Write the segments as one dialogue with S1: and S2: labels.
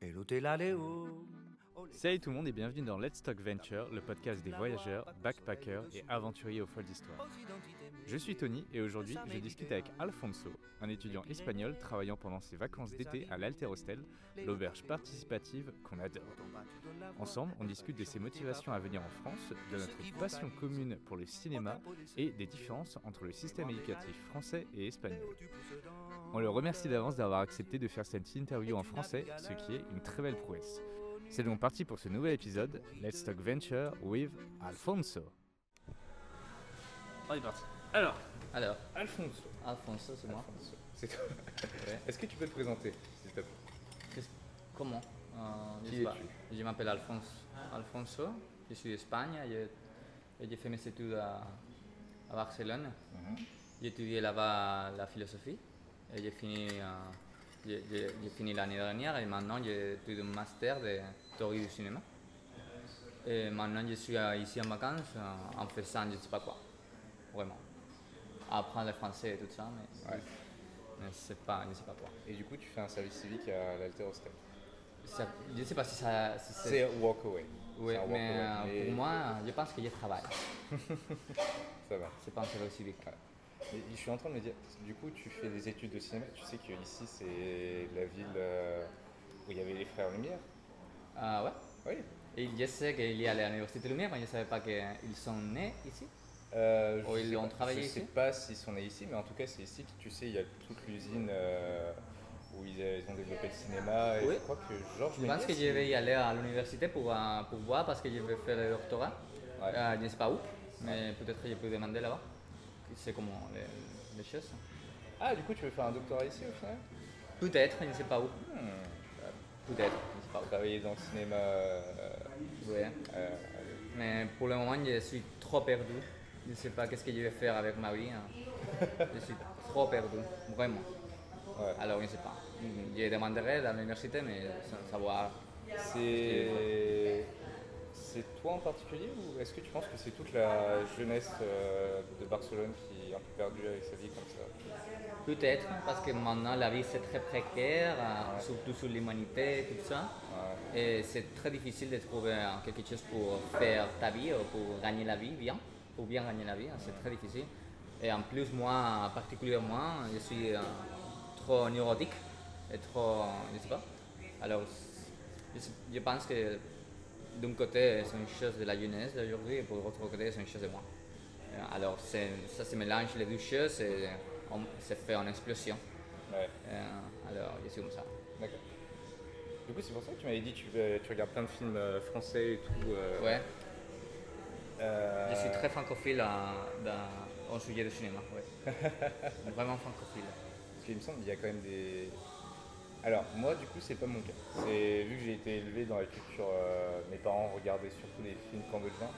S1: écoutez la Léo.
S2: Salut tout le monde et bienvenue dans Let's Talk Venture, le podcast des voyageurs, backpackers et aventuriers aux folles d'histoire. Je suis Tony et aujourd'hui je discute avec Alfonso, un étudiant espagnol travaillant pendant ses vacances d'été à l'Alterostel, l'auberge participative qu'on adore. Ensemble, on discute de ses motivations à venir en France, de notre passion commune pour le cinéma et des différences entre le système éducatif français et espagnol. On le remercie d'avance d'avoir accepté de faire cette interview en français, ce qui est une très belle prouesse. C'est donc parti pour ce nouvel épisode, Let's Talk Venture with Alfonso. On est parti. Alors,
S3: Alors,
S2: Alfonso.
S3: Alfonso, c'est moi.
S2: C'est toi.
S3: Ouais.
S2: Est-ce que tu peux te présenter, s'il te plaît
S3: Qu'est-ce- Comment Euh, je
S2: Qui
S3: sais pas.
S2: es-tu
S3: Je m'appelle Alfonso. Alfonso, je suis d'Espagne je- et j'ai fait mes études à, à Barcelone.
S2: Mhm.
S3: J'ai étudié là-bas la philosophie et j'ai fini, euh, j'ai- j'ai- j'ai fini l'année dernière et maintenant j'étudie un master de théorie du cinéma. Et maintenant je suis euh, ici en vacances euh, en faisant je ne sais pas quoi, vraiment. Apprendre le français et tout ça, mais,
S2: Ouais.
S3: mais c'est pas, je ne sais pas quoi.
S2: Et du coup, tu fais un service civique à l'Alterostel.
S3: Ça- je ne sais pas si ça. si c'est-
S2: C'est un walk away.
S3: Oui,
S2: C'est un walk
S3: mais euh,
S2: away,
S3: pour moi, je pense que je travaille.
S2: Ça va.
S3: C'est pas un service civique.
S2: Mais je suis en train de me dire, du coup, tu fais des études de cinéma. Tu sais que ici, c'est la ville euh, où il y avait les Frères Lumière.
S3: Ah ouais.
S2: Oui.
S3: Et je sais qu'il y a l'Université Lumière, mais je ne savais pas qu'ils sont nés ici.
S2: Euh,
S3: Oh,
S2: je
S3: ils
S2: sais
S3: ont
S2: pas-
S3: travaillé
S2: Je sais
S3: ici
S2: pas s'ils sont nés ici, mais en tout cas, c'est ici que tu sais, il y a toute l'usine euh, où ils, euh, ils ont développé le cinéma. Et
S3: Oui.
S2: je crois que Georges
S3: Je pense que
S2: Méliès,
S3: je vais y aller à l'université pour, euh, pour voir parce que je vais faire le doctorat.
S2: Ouais.
S3: Euh, je ne sais pas où, mais peut-être que je peux demander là-bas. C'est comment les, les choses.
S2: Ah, du coup, tu veux faire un doctorat ici au final
S3: Peut-être, je ne sais pas où.
S2: Hmm.
S3: Peut-être, je ne sais pas où.
S2: Travailler dans le cinéma. euh,
S3: Ouais.
S2: euh,
S3: Mais pour le moment, je suis trop perdu. Je ne sais pas qu'est-ce que je vais faire avec ma vie. hein. je suis trop perdu, vraiment.
S2: ouais.
S3: Alors, je ne sais pas. Mm, Je demanderai à l'université, mais sans savoir.
S2: C'est. C'est toi en particulier ou est-ce que tu penses que c'est toute la jeunesse euh, de Barcelone qui est un peu perdue avec sa vie comme ça
S3: Peut-être, parce que maintenant, la vie, c'est très précaire, euh, surtout sur l'humanité, tout ça.
S2: Ouais.
S3: Et c'est très difficile de trouver euh, quelque chose pour faire ta vie, ou pour gagner la vie bien, pour bien gagner la vie, hein, c'est très difficile. Et en plus, moi, particulièrement, je suis euh, trop neurotique et trop, je sais pas. Alors, je, sais- je pense que d'un côté, c'est une chose de la jeunesse d'aujourd'hui, et pour l'autre côté, c'est une chose de moi. Euh, Alors, c'est- ça se mélange les deux choses et on, ça fait une explosion.
S2: Ouais.
S3: Euh, alors, je suis comme ça.
S2: D'accord. Du coup, c'est pour ça que tu m'avais dit que tu, euh, tu regardes plein de films euh, français et tout. euh,
S3: Ouais.
S2: euh,
S3: Je suis très francophile en dans, au sujet du cinéma, ouais. Vraiment francophile.
S2: Parce qu'il me semble qu'il y a quand même des. Alors, moi, du coup, c'est pas mon cas. C'est vu que j'ai été élevé dans la culture. euh, mes parents regardaient surtout des films cambodgiens.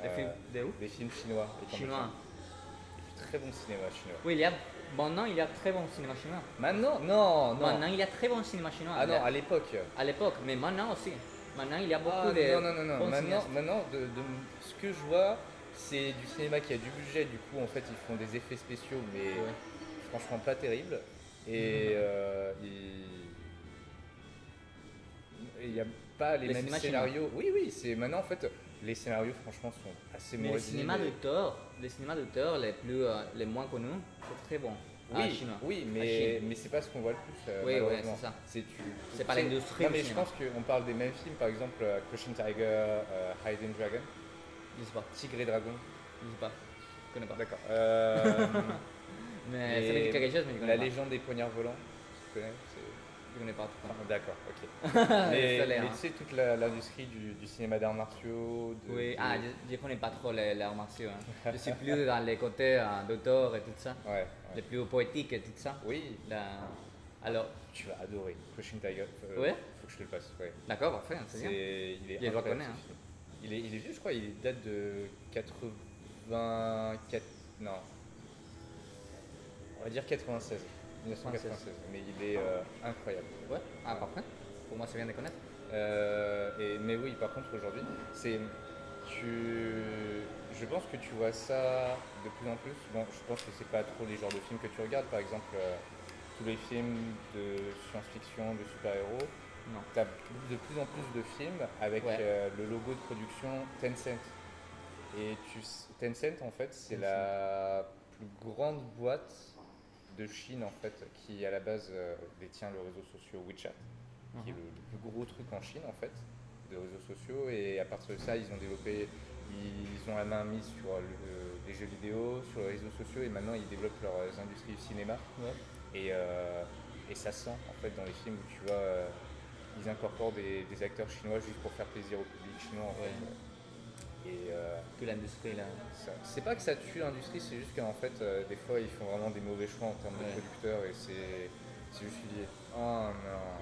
S2: Euh,
S3: Des films de où
S2: Des films chinois. et cambodgiens.
S3: Chinois.
S2: Du Très bon cinéma chinois.
S3: Oui, il y a... Maintenant, il y a très bon cinéma chinois.
S2: Maintenant Ah Non, non
S3: Maintenant, il y a très bon cinéma chinois.
S2: Ah
S3: Il y a-
S2: non, à l'époque.
S3: à l'époque, mais maintenant aussi. Maintenant, il y a beaucoup
S2: Ah,
S3: de
S2: non, non, non, non.
S3: bons
S2: Maintenant,
S3: cinéastes.
S2: maintenant de, de ce que je vois, c'est du cinéma qui a du budget. Du coup, en fait, ils font des effets spéciaux, mais
S3: Ouais. Mhm.
S2: franchement pas terribles. Et euh, ils- il n'y a pas les
S3: Le
S2: mêmes
S3: cinéma
S2: scénarios. Oui, oui, c'est maintenant en fait, les scénarios, franchement, sont assez
S3: Mais le
S2: moisis,
S3: cinéma
S2: mais-
S3: d'auteur, le cinéma d'auteur les plus, euh, les moins connus, c'est très bon. Ah,
S2: Oui,
S3: chinois.
S2: oui,
S3: Ah,
S2: mais,
S3: chinois.
S2: mais c'est pas ce qu'on voit le plus. euh,
S3: Oui, ouais,
S2: malheureusement.
S3: c'est ça.
S2: C'est tu-
S3: C'est pas
S2: tu sais-
S3: l'industrie hein.
S2: Non,
S3: du
S2: mais je
S3: cinéma.
S2: pense qu'on parle des mêmes films, par exemple, euh, Crushing Tiger, euh, Hide and Dragon,
S3: Je sais pas,
S2: Tigre et Dragon.
S3: je sais pas, je connais pas.
S2: D'accord. Euh,
S3: Mais ça
S2: et
S3: me dit quelque chose, mais
S2: La
S3: je connais pas.
S2: légende des poignards volants, tu connais c'est-
S3: Je connais pas.
S2: Ah, D'accord, ok. mais
S3: Ça l'est,
S2: mais
S3: hein.
S2: tu sais, toute la- l'industrie du, du cinéma d'arts martiaux. De,
S3: Oui,
S2: de-
S3: ah, je, je connais pas trop les, les arts martiaux, hein. Je suis plus dans les côtés euh, d'auteur et tout ça,
S2: Ouais,
S3: les
S2: ouais.
S3: plus poétiques et tout ça.
S2: Oui,
S3: La- Alors,
S2: tu vas adorer. Crushing Tiger. euh,
S3: Ouais.
S2: Faut que je te le passe, ouais.
S3: d'accord, parfait, c'est bien.
S2: C'est- il est hein.
S3: Il doit
S2: incroyable,
S3: connaître,
S2: ce film. Il est, il est vieux, je crois. Il date de 84. Non. On va dire 96. 1996. Mais il est euh, incroyable.
S3: Ouais, ah, parfait. Pour moi, c'est bien de connaître.
S2: Euh, et, mais oui, par contre, aujourd'hui, c'est. Tu. Je pense que tu vois ça de plus en plus. Bon, je pense que c'est pas trop les genres de films que tu regardes. Par exemple, euh, tous les films de science-fiction, de super-héros,
S3: Non.
S2: T'as de plus en plus de films avec
S3: Ouais.
S2: euh, le logo de production Tencent. Et tu, s- Tencent, en fait, c'est la plus grande boîte de Chine, en fait, qui à la base euh, détient le réseau social WeChat, qui est le, le plus gros truc en Chine, en fait, de réseaux sociaux. Et à partir de ça, ils ont développé, ils ont la main mise sur le- les jeux vidéo, sur les réseaux sociaux, et maintenant ils développent leurs industries du cinéma.
S3: Ouais.
S2: Et, euh, et ça sent, en fait, dans les films où tu vois. euh, ils incorporent des, des acteurs chinois juste pour faire plaisir au public chinois. en fait. Et euh,
S3: Toute l'industrie là.
S2: ça- c'est pas que ça tue l'industrie, c'est juste qu'en fait, euh, des fois, ils font vraiment des mauvais choix en termes
S3: Ouais.
S2: de producteurs et c'est c'est juste lié. Oh non,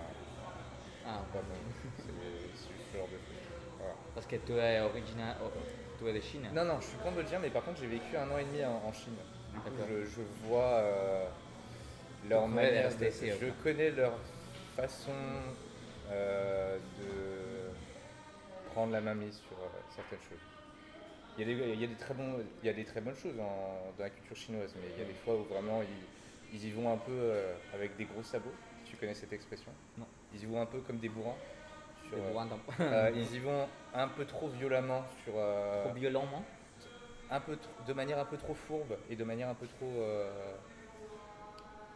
S3: Ah,
S2: pas bon. C'est- c'est juste ce genre de truc. Voilà.
S3: parce que tu es originaire, tu es oh, de Chine.
S2: Non, non, je suis cambodgien, mais par contre, j'ai vécu un an et demi en, en Chine. Du coup,
S3: D'accord.
S2: je, je vois euh, leur
S3: Tu connais la
S2: manière. de-
S3: RDC,
S2: je
S3: enfin.
S2: connais leur façon euh, de prendre la main mise sur euh, certaines choses. Il y, a des, il, y a des très bons, il y a des très bonnes choses en- dans la culture chinoise, mais il y a des fois où vraiment ils, ils y vont un peu euh, avec des gros sabots. Tu connais cette expression
S3: Non.
S2: Ils y vont un peu comme des bourrins. sur,
S3: Le
S2: euh,
S3: droit d'un-
S2: euh, ils y vont un peu trop violemment sur. euh,
S3: Trop violemment.
S2: un peu tr- de manière un peu trop fourbe et de manière un peu trop euh,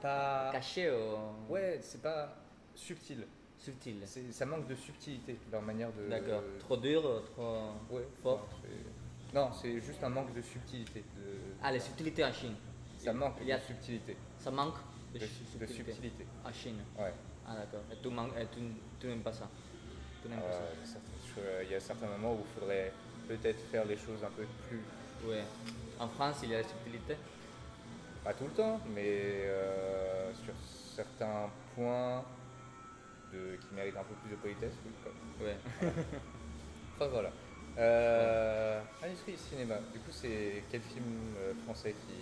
S2: pas
S3: Caché euh,
S2: Ah. ouais c'est pas subtil
S3: subtil.
S2: C'est- ça manque de subtilité leur manière de
S3: D'accord. Trop dur, euh, trop.
S2: ouais
S3: fort.
S2: c'est- non c'est juste un manque de subtilité de...
S3: Ah, les subtilités en Chine.
S2: ça manque
S3: il y a-
S2: de subtilité
S3: Ça manque de,
S2: de,
S3: su-
S2: de
S3: subtilité.
S2: subtilité
S3: En Chine.
S2: ouais
S3: Ah, d'accord. Et tu, manques- et tu, tu n'aimes pas ça. Tu n'aimes pas
S2: Euh, certaines choses- il y a certains moments où il faudrait peut-être faire les choses un peu plus
S3: ça. Ouais. En France, il y a la subtilité.
S2: pas tout le temps, mais euh, sur certains points de, qui méritent un peu plus de politesse. Oui, quoi.
S3: Ouais.
S2: Enfin voilà. Euh, industrie du cinéma, du coup c'est quel film euh, français qui,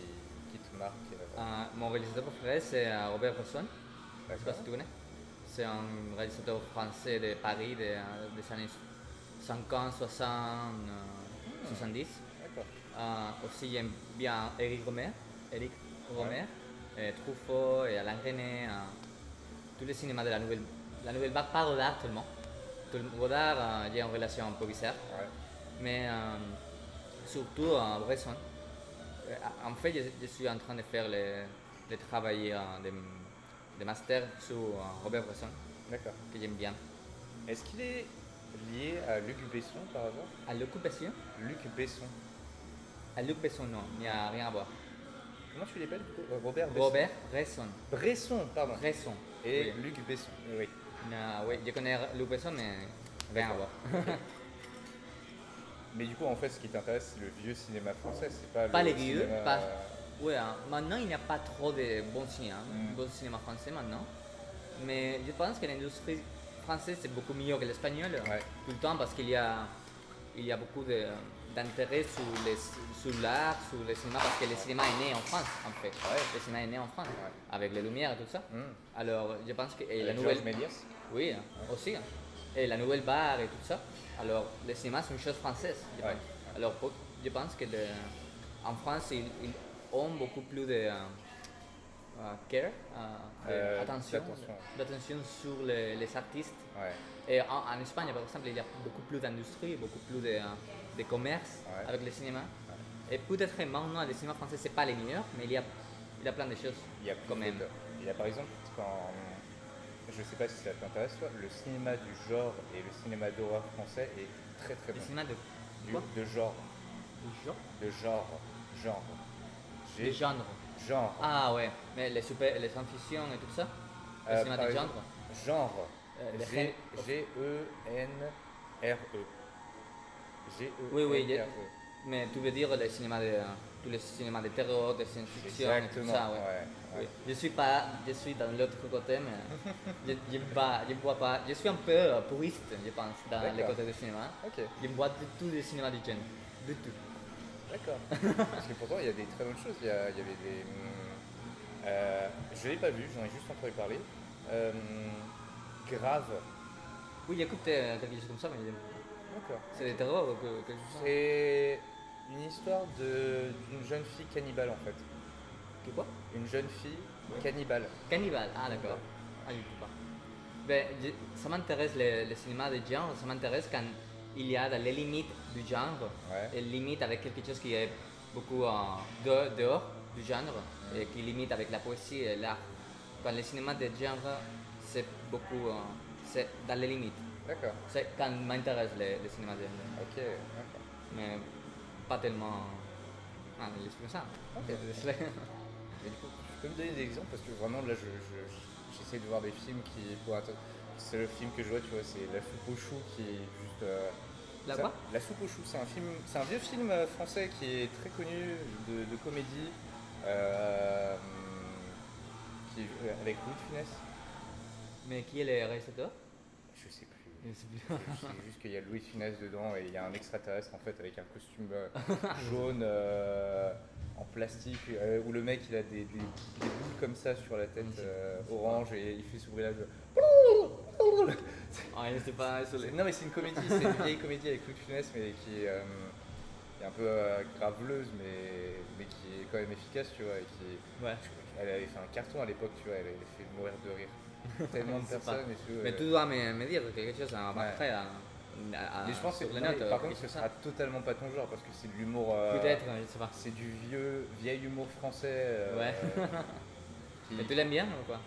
S2: qui te marque euh,
S3: Euh, mon réalisateur préféré, c'est euh, Robert Bresson. Je sais pas
S2: d'accord
S3: si tu connais. C'est un réalisateur français de Paris des, euh, des années 50, 60, euh, 70.
S2: D'accord.
S3: Euh, aussi, j'aime bien Eric Romer, Eric Romer, et Truffaut et Alain René, euh, tous les cinémas de la nouvelle, la nouvelle vague, pas Godard seulement. Tout le- Godard, euh, j'ai une relation un peu bizarre,
S2: Ouais.
S3: mais euh, surtout euh, Bresson. Euh, En fait, je, je suis en train de faire le, de travailler euh, des des masters sur euh, Robert Bresson,
S2: D'accord.
S3: que j'aime bien.
S2: Est-ce qu'il est lié à Luc Besson par hasard
S3: À Luc Besson
S2: Luc Besson.
S3: À Luc Besson, non, il n'y a rien à voir.
S2: Comment tu l'appelles du coup Euh, Robert Besson.
S3: Robert Bresson.
S2: Bresson, pardon.
S3: Bresson.
S2: Et
S3: oui.
S2: Luc Besson. euh, Oui.
S3: Non, oui, je connais Luc Besson, mais rien à voir.
S2: Mais du coup en fait ce qui t'intéresse c'est le vieux cinéma français, c'est pas
S3: Pas
S2: le
S3: les vieux,
S2: cinéma- euh,
S3: pas- Oui, hein, maintenant il n'y a pas trop de bons cinéma,
S2: Mm.
S3: bon hein. cinéma français maintenant. Mais je pense que l'industrie française c'est beaucoup mieux que l'espagnol
S2: Ouais.
S3: tout le temps parce qu'il y a, il y a beaucoup de- d'intérêt sur les- sur l'art, sur, le cinéma, parce que le cinéma est né en France en fait.
S2: Ouais.
S3: Le cinéma est né en France,
S2: Ouais.
S3: avec les lumières et tout ça.
S2: Mmh.
S3: Alors je pense que et la
S2: Avec
S3: nouvelle.
S2: Georges Méliès
S3: Oui, hein, aussi. hein. Et la nouvelle barre et tout ça. Alors, le cinéma, c'est une chose française. je pense.
S2: Ouais.
S3: Alors, pour- je pense que le- en France, ils, ils ont beaucoup plus de euh, euh, care, euh, de
S2: Euh,
S3: attention,
S2: d'attention.
S3: d'attention sur les, les artistes.
S2: Ouais.
S3: Et en, en Espagne, par exemple, il y a beaucoup plus d'industrie, beaucoup plus de, euh, de commerce
S2: Ouais.
S3: avec le cinéma. Et peut-être maintenant, le cinéma français, c'est pas les meilleurs, mais il y a, il y a plein de choses.
S2: Il y a plus
S3: Quand même.
S2: d'auteurs. Il y a par exemple, quand. Je sais pas si ça t'intéresse, toi, le cinéma du genre et le cinéma d'horreur français est très très
S3: Le
S2: bon.
S3: cinéma de,
S2: Du-
S3: quoi
S2: de genre.
S3: De genre
S2: De genre. Genre.
S3: De
S2: J'ai-
S3: genre.
S2: Genre.
S3: Ah ouais, mais les super, les science-fiction et tout ça, le
S2: Euh,
S3: cinéma
S2: par
S3: de genre,
S2: exemple, Genre.
S3: Euh, le
S2: G- E,
S3: gen-
S2: G-E-N-R-E. G-E-N-R-E.
S3: Oui, oui, il
S2: E.
S3: y a- mais tu veux dire le cinéma de, euh, tous les cinémas de terror, de science-fiction et tout
S2: Exactement.
S3: ça, ouais.
S2: ouais, ouais.
S3: Oui. Je suis pas, je suis dans l'autre côté, mais je, je ne pas, je vois pas, je suis un peu euh, puriste, je pense, dans les
S2: D'accord.
S3: côtés du cinéma.
S2: Ok,
S3: Je vois de tout le cinéma du genre, de tout.
S2: d'accord. Parce que pourtant, il y a des très bonnes choses. Il y, a- il y avait des. hum, euh, je l'ai pas vu, j'en ai juste entendu parler. Euh, grave.
S3: Oui, j'écoute euh, quelque chose comme ça, mais je-
S2: D'accord.
S3: c'est des terror ou que, quelque chose comme
S2: C'est une histoire de- d'une jeune fille cannibale en fait.
S3: ça. Que quoi
S2: Une jeune fille cannibale.
S3: Cannibal, ah d'accord. Ah, je ne pas. Ben, je- ça m'intéresse le, le cinéma de genre, ça m'intéresse quand il y a dans les limites du genre,
S2: Ouais.
S3: et limite avec quelque chose qui est beaucoup euh, de- dehors du genre, et qui limite avec la poésie et l'art. Quand le cinéma de genre, c'est beaucoup, euh, c'est dans les limites.
S2: D'accord.
S3: C'est quand m'intéresse le, le cinéma de genre,
S2: Ok. d'accord.
S3: mais pas tellement. Ah, mais laisse-moi ça.
S2: Ok.
S3: Laisse-le.
S2: Mais du coup, tu peux me donner des exemples parce que vraiment là, je- je- j'essaie de voir des films qui pour atteindre- C'est le film que je vois, tu vois, c'est La soupe aux choux qui est juste. euh,
S3: La
S2: ça-
S3: quoi
S2: La soupe aux choux, c'est un film, c'est un vieux film euh, français qui est très connu de, de comédie, euh, qui est- euh, avec Louis de Funès.
S3: Mais qui est le réalisateur
S2: Je sais plus.
S3: Je sais plus.
S2: Je sais juste qu'il y a Louis de Funès dedans et il y a un extraterrestre en fait avec un costume euh, jaune euh, en plastique euh, où le mec il a des, des- des boules comme ça sur la tête euh, orange et il fait s'ouvrir la gueule.
S3: Ah, je sais pas, désolé.
S2: Non mais c'est une comédie, c'est une vieille comédie avec Louis de Funès mais qui est, euh, qui est un peu euh, graveleuse mais, mais qui est quand même efficace tu vois et qui est-
S3: Ouais.
S2: elle avait fait un carton à l'époque tu vois, elle avait fait mourir de rire tellement de
S3: C'est pas-
S2: personnes et tout,
S3: Mais
S2: euh,
S3: tu dois me, me dire quelque chose hein,
S2: Ouais.
S3: après. hein, à- à-
S2: Mais je pense que
S3: sur les
S2: non, mais par
S3: notes, euh,
S2: contre,
S3: quelque
S2: ce
S3: chose comme
S2: sera totalement pas ton genre parce que c'est de l'humour.
S3: ça.
S2: euh,
S3: Peut-être, je sais pas.
S2: C'est du vieux, vieil humour français. euh,
S3: Ouais.
S2: qui-
S3: Mais tu l'aimes bien ou quoi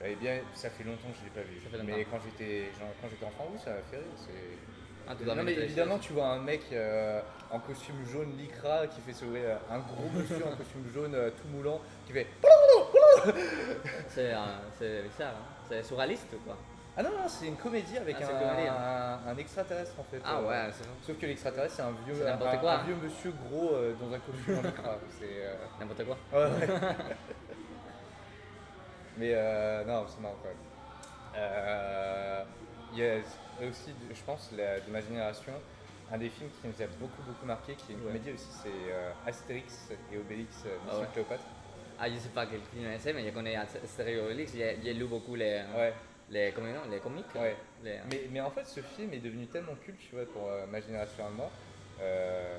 S2: J'avais bien. Ça fait longtemps que je l'ai pas vu.
S3: Ça fait
S2: mais
S3: longtemps.
S2: quand j'étais, genre, quand j'étais enfant, oui, ça m'a fait rire. c'est-
S3: ah, tu dois
S2: Non, mais
S3: mettre-
S2: évidemment, tu vois un mec euh, en costume jaune lycra qui fait sauver euh, un gros monsieur en costume jaune euh, tout moulant qui fait.
S3: C'est euh, c'est bizarre. hein. C'est surréaliste ou quoi
S2: Ah non, non, c'est une comédie avec
S3: Ah, c'est
S2: un,
S3: une comédie,
S2: un- un extraterrestre en fait.
S3: Ah
S2: euh,
S3: ouais, c'est
S2: Sauf que l'extraterrestre, c'est un vieux,
S3: C'est
S2: un,
S3: n'importe quoi.
S2: un vieux monsieur gros euh, dans un costume en lycra. C'est. euh,
S3: n'importe quoi.
S2: Ouais, ouais. Mais euh, non, c'est marrant quand même. Euh, Il y a aussi, je pense, la- de ma génération, un des films qui nous a beaucoup beaucoup marqué, qui est une
S3: Ouais.
S2: comédie aussi, c'est euh, Astérix et Obélix, euh,
S3: Ah
S2: Mission
S3: ouais.
S2: Cléopâtre.
S3: Ah, je sais pas quel film c'est, mais je connais Stereo Elix. J'ai j'ai lu beaucoup les,
S2: Ouais.
S3: les, comédiens, les comiques.
S2: Ouais.
S3: les-
S2: Mais, mais en fait, ce film est devenu tellement culte, tu vois, pour euh, ma génération à moi, euh,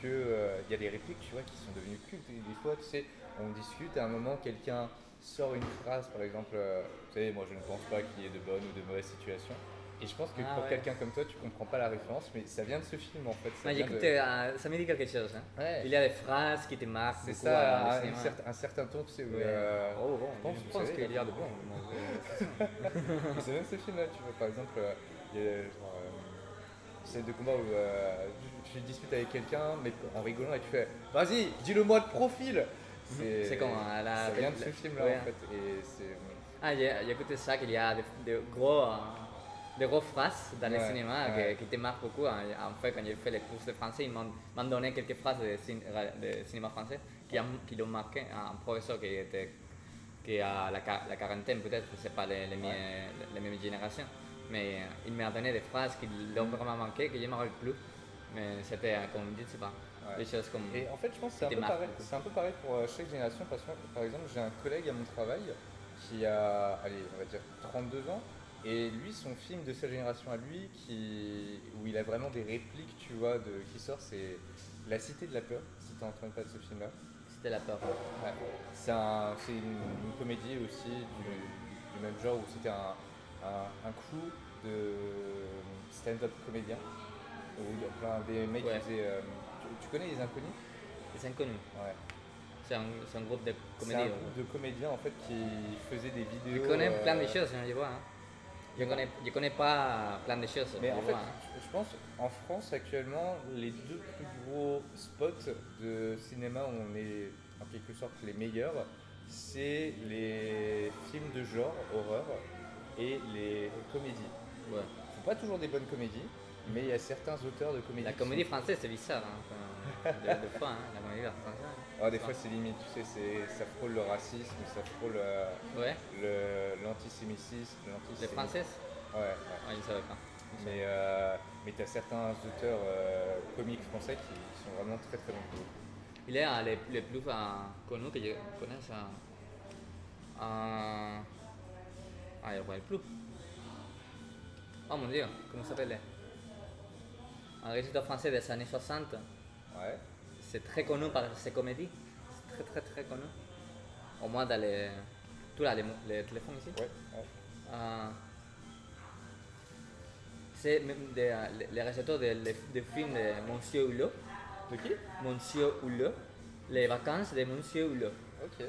S2: que euh, il y a des répliques, tu vois, qui sont devenues cultes. Et des fois, tu sais, on discute, à un moment, quelqu'un sort une phrase, par exemple, euh, tu sais, moi, je ne pense pas qu'il y ait de bonnes ou de mauvaises situations. Et je pense que
S3: Ah
S2: pour
S3: ouais.
S2: quelqu'un comme toi, tu comprends pas la référence, mais ça vient de ce film, en fait. ça
S3: Mais
S2: vient
S3: j'écoute,
S2: de-
S3: euh, ça me dit quelque chose. hein.
S2: Ouais.
S3: Il y a des phrases qui te marquent.
S2: C'est
S3: beaucoup,
S2: ça,
S3: euh,
S2: à
S3: dans
S2: un,
S3: le
S2: une
S3: cinéma.
S2: cer- un certain ton, tu sais, où,
S3: Ouais.
S2: euh,
S3: Oh, bon,
S2: pense que
S3: je
S2: vous
S3: pense
S2: savez,
S3: qu'il y a de
S2: la-
S3: bon.
S2: Mais c'est même ce film là, tu vois, par exemple, euh, il y a genre, euh, une scène de combat où euh, tu, tu disputes avec quelqu'un, mais en rigolant, et tu fais Vas-y, dis-le moi de profil
S3: C'est comme euh, la.
S2: Ça vient de ce film là
S3: Ouais.
S2: en fait, et c'est.
S3: Ah, j'ai j'ai écouté ça qu'il y a des des gros, euh, des grosses phrases dans le
S2: Ouais,
S3: cinéma que-
S2: ouais.
S3: qui te marquent beaucoup. hein. En fait, quand j'ai fait les courses de français, ils m'ont m'ont donné quelques phrases de, cin- de cinéma français qui, ont- qui l'ont marqué. Ah, Un professeur qui, était, qui a la, qua- la quarantaine, peut-être, c'est pas les, les, miens- les mêmes générations, mais euh, il m'a donné des phrases qui l'ont
S2: Mm.
S3: vraiment marqué, que je ne me rappelle plus. Mais c'était, euh, comme dit, c'est pas
S2: Ouais.
S3: des choses comme.
S2: Et en fait, je pense que c'est un,
S3: Des
S2: peu
S3: marques,
S2: pareil-
S3: du coup.
S2: c'est un peu pareil pour euh, chaque génération. Parce que, moi, par exemple, j'ai un collègue à mon travail qui a, allez, on va dire 32 ans. Et lui, son film de sa génération à lui, qui, où il a vraiment des répliques, tu vois, de, qui sort, c'est La Cité de la Peur, si t'as entendu pas de ce film-là.
S3: C'était la peur.
S2: Ouais. C'est un- c'est une, une comédie aussi du, du même genre où c'était un, un, un crew de stand-up comédiens. Ou plein des mecs
S3: Ouais.
S2: qui faisaient. euh, tu, tu connais les inconnus
S3: Les inconnus.
S2: Ouais.
S3: C'est un, c'est un groupe de
S2: C'est un
S3: comédies.
S2: groupe de comédiens en fait qui faisaient des
S3: Je
S2: vidéos.
S3: connais
S2: euh,
S3: plein de choses, hein, je vois. hein. Je connais, je connais pas plein de choses.
S2: Mais
S3: je
S2: en fait,
S3: vois, hein.
S2: je pense en France actuellement, les deux plus gros spots de cinéma où on est en quelque sorte les meilleurs, c'est les films de genre, horreur, et les comédies.
S3: Ouais.
S2: Faut pas toujours des bonnes comédies, mais il y a certains auteurs de comédies.
S3: La
S2: qui
S3: comédie
S2: sont-
S3: française, c'est bizarre. Hein, quand- de, de fois, hein, la comédie française.
S2: Ah, des fois, c'est limite, tu sais, c'est- ça frôle le racisme, ça frôle euh,
S3: Ouais,
S2: le- l'antisémicisme.
S3: les
S2: l'antisémitisme.
S3: françaises
S2: Ouais, ouais.
S3: Ah, Je ne savais pas.
S2: Mais, euh, mais t'as certains auteurs euh, comiques français qui, qui sont vraiment très très bons.
S3: Il est euh, le, le plus euh, connu que je connais. euh, euh, Ah, je ne connais plus. Oh mon dieu, comment ça s'appelle Un réalisateur français des années 60.
S2: Ouais.
S3: C'est très connu par ses comédies. C'est très très très connu. Au moins dans les... Tout là, les, mo- les téléphones ici.
S2: Ouais. ouais.
S3: Euh, C'est même des, euh, les- les réalisateurs des des films de Monsieur Hulot.
S2: De qui
S3: Monsieur Hulot. Les vacances de Monsieur Hulot.
S2: Ok, ok.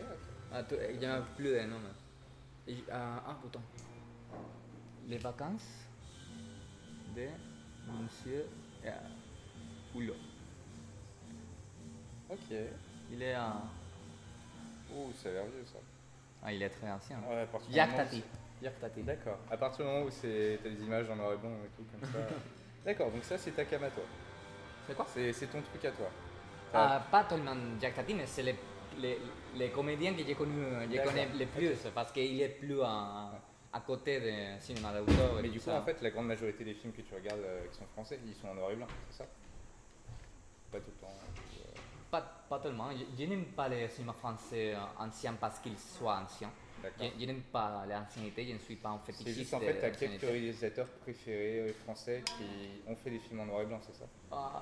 S3: Ah, tu- il n'y en a plus de nom. mais- Et- ah, ah, putain. Les vacances de Monsieur euh, Hulot.
S2: Ok.
S3: Il est, euh,
S2: Ouh, ça a l'air vieux ça.
S3: ah, il est très ancien.
S2: Ouais, à partir du moment où
S3: Yaktati.
S2: c'est- D'accord. À partir du moment où c'est- t'as des images en noir et blanc et tout comme ça. D'accord, donc ça c'est ta cam à toi.
S3: C'est quoi
S2: C'est c'est ton truc à toi.
S3: Ah,
S2: Euh,
S3: pas tellement Jack Tati, mais c'est les, les, les comédiens que j'ai connus, je
S2: D'accord.
S3: connais les plus, parce qu'il est plus à, à côté du cinéma d'auteur. et
S2: Mais
S3: tout
S2: du coup,
S3: bah, ça.
S2: en fait, la grande majorité des films que tu regardes euh, qui sont français, ils sont en noir et blanc, c'est ça Pas tout le temps. euh,
S3: Pas, pas tellement. Je, je n'aime pas les cinémas français euh, anciens parce qu'ils soient anciens. Je,
S2: D'accord.
S3: je n'aime pas l'ancienneté, je ne suis pas un fétichiste.
S2: C'est juste en fait,
S3: de
S2: t'as quelques
S3: l'ancienneté.
S2: réalisateurs préférés euh, français qui ont fait des films en noir et blanc, c'est ça
S3: Ah,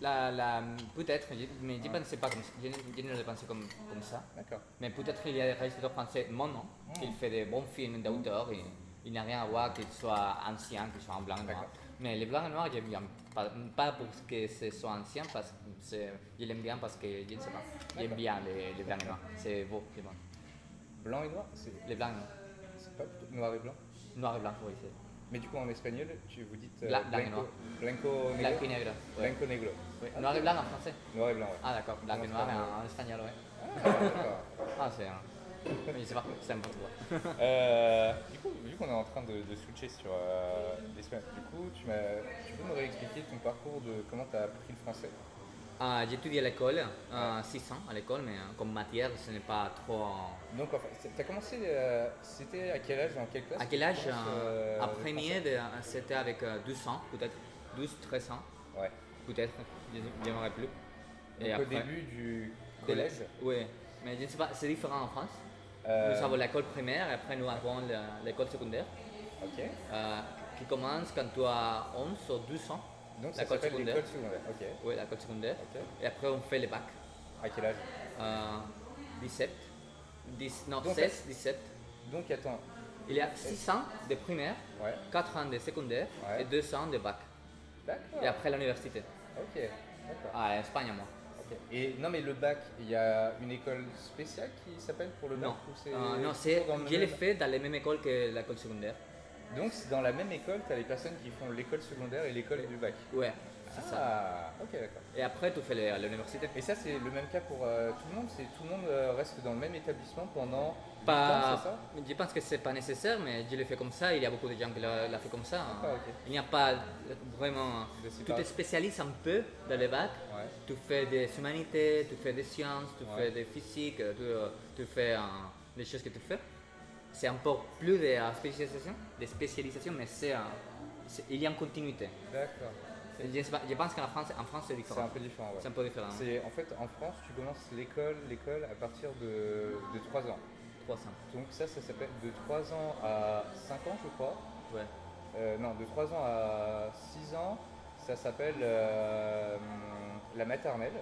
S3: la, la, peut-être, je- mais je ne
S2: Ouais.
S3: pensais pas comme ça. Je, ne- je ne le pensais comme, comme ça.
S2: D'accord.
S3: Mais peut-être il y a des réalisateurs français maintenant
S2: Mm.
S3: qui font des bons films d'auteur et il n'y a rien à voir qu'ils soient anciens, qu'ils soient en blanc et noir.
S2: D'accord.
S3: Mais les blancs et noirs, j'aime bien. Pas, pas parce que ce soit ancien, parce que c'est- je l'aime bien parce que je ne sais pas. J'aime
S2: D'accord.
S3: bien les, les blancs et noirs. C'est beau, je pense.
S2: Blanc et noir C'est
S3: Les blancs et noirs.
S2: c'est pas plutôt noir et blanc
S3: Noir et blanc, oui, c'est.
S2: Mais du coup, en espagnol, tu vous dites euh,
S3: Bla- blanc et
S2: blanco,
S3: noir.
S2: blanco negro
S3: Blanc et negro. ouais.
S2: Blanco negro.
S3: Oui, Noir et blanc en français.
S2: Noir et blanc, ouais.
S3: Ah d'accord, blanc et
S2: Comment
S3: noir
S2: ça,
S3: en, en espagnol, oui.
S2: Ah, d'accord.
S3: Ah, c'est un. Je ne sais pas, c'est un peu trop.
S2: Euh, du coup, vu qu'on est en train de, de switcher sur euh, l'espagnol, du coup, tu, m'as- tu peux me réexpliquer ton parcours de comment tu as appris le français
S3: Ah, J'étudie à l'école, euh, 6 ans à l'école, mais euh, comme matière, ce n'est pas trop. euh,
S2: Donc, en fait, tu as commencé, euh, c'était à quel âge, en quelle classe
S3: À quel âge
S2: tu commences,
S3: euh,
S2: euh,
S3: En
S2: le
S3: premier, de- c'était avec euh, 12 ans, peut-être. 12, 13 ans,
S2: français Ouais.
S3: peut-être. Je je ne me rappelle plus.
S2: Donc, au début du collège,
S3: Oui, mais je ne sais pas, c'est différent en France.
S2: euh,
S3: Nous avons l'école primaire et après nous avons la- l'école secondaire
S2: ok.
S3: euh, qui commence quand tu as 11 ou 12 ans.
S2: Donc, ça
S3: l'école
S2: s'appelle
S3: secondaire.
S2: l'école secondaire. Ok.
S3: Oui, l'école secondaire.
S2: Ok.
S3: Et après on fait le bac.
S2: À quel âge
S3: euh, 17, 10, non,
S2: Donc,
S3: 16, 17.
S2: Donc, attends.
S3: Il y a 6 ans de primaire,
S2: Ouais.
S3: 4 ans de secondaire
S2: Ouais.
S3: et 2 ans de bac.
S2: D'accord.
S3: Et après l'université.
S2: Ok. D'accord.
S3: Ah, en Espagne, moi.
S2: Ok. Et non, mais le bac, il y a une école spéciale qui s'appelle pour le bac
S3: Non,
S2: ou
S3: Euh, non,
S2: toujours
S3: c'est,
S2: dans le
S3: je l'ai
S2: même-
S3: fait dans les mêmes écoles que l'école secondaire.
S2: Donc, c'est dans la même école, tu as les personnes qui font l'école secondaire et l'école du bac.
S3: Ouais, c'est ça.
S2: Ah, ok, d'accord.
S3: Et après, tu fais le- à l'université.
S2: Et ça, c'est le même cas pour euh, tout le monde C'est tout le monde euh, reste dans le même établissement pendant huit ans, c'est ça
S3: Pas, je pense que c'est pas nécessaire, mais je l'ai fait comme ça. Il y a beaucoup de gens qui l'ont l'ont fait comme ça.
S2: D'accord, Ah, ok.
S3: Il n'y a pas vraiment.
S2: Je sais
S3: Tu
S2: pas.
S3: te spécialises un peu dans le bac.
S2: Ouais.
S3: Tu fais des humanités, tu fais des sciences, tu
S2: Ouais.
S3: fais des physiques, tu, tu fais euh, des choses que tu fais. C'est encore plus de euh, spécialisation, de spécialisation mais c'est, euh, c'est- il y a une continuité.
S2: D'accord.
S3: Je, sais pas, je pense qu'en France, en France c'est
S2: C'est
S3: différent.
S2: un peu différent, ouais.
S3: C'est un peu différent. hein.
S2: C'est en fait en France, tu commences l'école, l'école à partir de, de 3 ans.
S3: 300.
S2: Donc ça, ça s'appelle de 3 ans à 5 ans, je crois.
S3: Ouais.
S2: Euh, non, de 3 ans à 6 ans, ça s'appelle euh, la maternelle.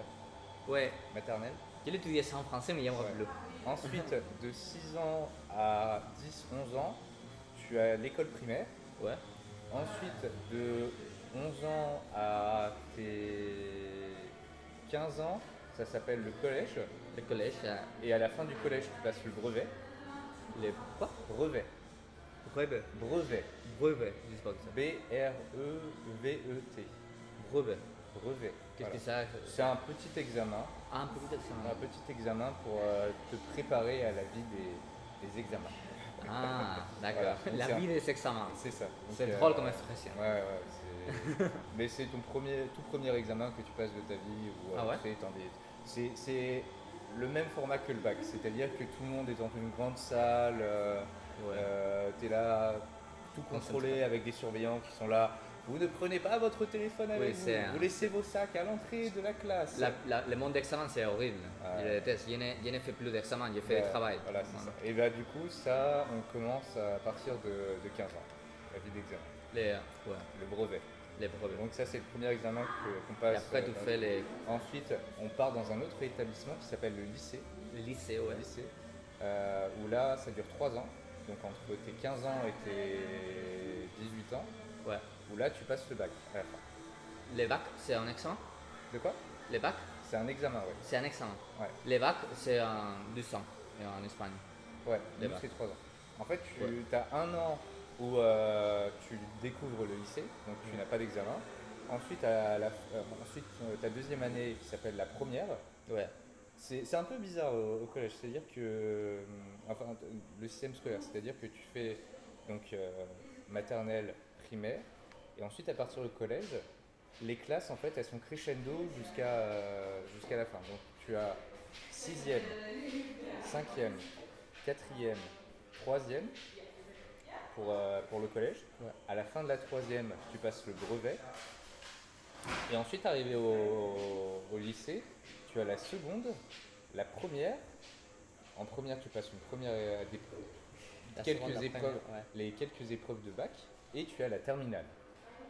S3: Ouais.
S2: maternelle.
S3: Je l'étudiais ça en français, mais il y a un
S2: Ouais.
S3: bleu.
S2: Ensuite, de 6 ans à 10-11 ans, tu as l'école primaire.
S3: Ouais.
S2: Ensuite, de 11 ans à tes 15 ans, ça s'appelle le collège.
S3: Le collège, euh,
S2: Et à la fin du collège, tu passes le brevet.
S3: le quoi
S2: Brevet.
S3: Brevet.
S2: Brevet. E
S3: Brevet. Je sais pas que ça.
S2: B-R-E-V-E-T.
S3: Brevet.
S2: Brevet.
S3: Qu'est-ce
S2: Voilà.
S3: que ça
S2: C'est un petit examen.
S3: Ah, un petit accent.
S2: Un petit examen pour euh, te préparer à la vie des, des examens.
S3: Ah, d'accord.
S2: Voilà.
S3: La
S2: C'est un-
S3: vie des examens.
S2: C'est ça. Donc,
S3: C'est
S2: euh,
S3: drôle comme expression.
S2: Ouais, ouais, c'est- mais c'est ton premier, tout premier examen que tu passes de ta vie ou euh,
S3: Ah ouais
S2: après, t'en des- c'est- C'est le même format que le bac, c'est-à-dire que tout le monde est dans une grande salle, euh, tu es Euh, là tout contrôlé
S3: Concentré.
S2: avec des surveillants qui sont là. Vous ne prenez pas votre téléphone avec vous,
S3: c'est un-
S2: vous laissez vos sacs à l'entrée de la classe.
S3: La- la- le monde d'examen, c'est horrible.
S2: Ah, Ouais.
S3: Je le déteste. Je n'ai je n'ai fait plus d'examen, j'ai fait
S2: Ouais,
S3: le travail.
S2: Voilà, c'est ça. Et bah du coup, ça, on commence à partir de, de 15 ans, la vie d'examen,
S3: Les, ouais,
S2: le brevet.
S3: les problèmes.
S2: Donc ça, c'est le premier examen que- qu'on
S3: Et
S2: passe.
S3: après,
S2: euh,
S3: tu
S2: dans-
S3: fais les,
S2: Ensuite, on part dans un autre établissement qui s'appelle le lycée,
S3: les lycées, ouais.
S2: le lycée euh, où là, ça dure 3 ans. Donc entre tes 15 ans et tes 18 ans.
S3: ouais.
S2: où là tu passes le bac à la fin.
S3: Le bac, c'est un examen
S2: De quoi
S3: Le bac,
S2: C'est un examen, ouais.
S3: c'est un examen.
S2: Ouais,
S3: Le bac, c'est un 200 euh, en Espagne.
S2: ouais.
S3: Les
S2: nous,
S3: bacs.
S2: c'est 3 ans. En fait, tu
S3: Ouais.
S2: as un an où euh, tu découvres le lycée, donc tu n'as pas d'examen. Ensuite, à la, euh, ensuite, euh, ta deuxième année qui s'appelle la première,
S3: Ouais.
S2: C'est c'est un peu bizarre au, au collège, c'est-à-dire que. euh, Enfin, t- le système scolaire, c'est-à-dire que tu fais donc euh, maternelle, primaire, et ensuite à partir du collège, les classes en fait elles sont crescendo jusqu'à euh, jusqu'à la fin. Donc tu as 6e, 5e, 4e, 3e pour, euh, pour le collège.
S3: Ouais.
S2: À la fin de la 3e, tu passes le brevet. Et ensuite, arrivé au, au lycée, tu as la seconde, la première. En première, tu passes une première euh, des-
S3: La
S2: Quelques
S3: seconde, la
S2: épreuves.
S3: première, ouais.
S2: les quelques épreuves de bac et tu as la terminale.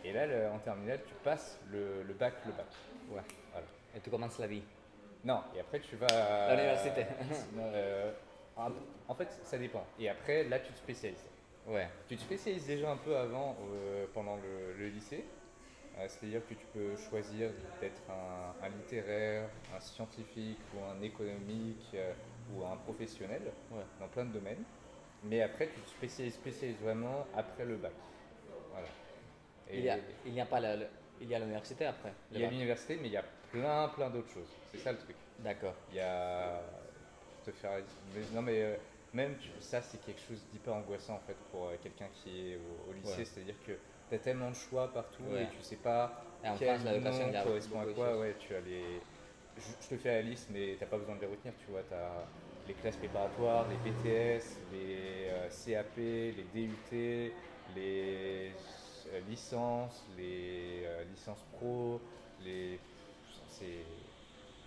S2: Et là, le- en terminale, tu passes le, le bac, le bac.
S3: Ouais.
S2: Voilà.
S3: Et tu commences la vie.
S2: Non, et après, tu vas. à
S3: L'université. Ah.
S2: en fait, ça dépend. Et après, là, tu te spécialises.
S3: Ouais.
S2: Tu te spécialises déjà un peu avant, euh, pendant le, le lycée. Euh, C'est-à-dire que tu peux choisir d'être un, un littéraire, un scientifique ou un économique euh, ou un professionnel
S3: Ouais.
S2: dans plein de domaines. Mais après, tu te spécialises, spécialises vraiment après le bac. Voilà. Et
S3: Il y a- il n'y a, pas la, le- il y a l'université après. le
S2: il y a
S3: bac.
S2: l'université, mais il y a plein, plein d'autres choses. C'est ça le truc.
S3: D'accord.
S2: Il y a. Te faire... mais non, mais euh, même tu- ça, c'est quelque chose d'hyper angoissant en fait pour euh, quelqu'un qui est au, au lycée.
S3: Ouais.
S2: C'est-à-dire que tu as tellement de choix partout
S3: Ouais.
S2: et tu sais pas
S3: Et en
S2: quel
S3: France, l'éducation,
S2: nom
S3: il y a
S2: correspond à
S3: beaucoup de
S2: quoi.
S3: choses.
S2: Ouais, tu as les... je, je te fais la liste, mais t'as pas besoin de les retenir. Tu vois, tu as les classes préparatoires, les BTS, les euh, CAP, les DUT, les euh, licences, les euh, licences pro, les. C'est.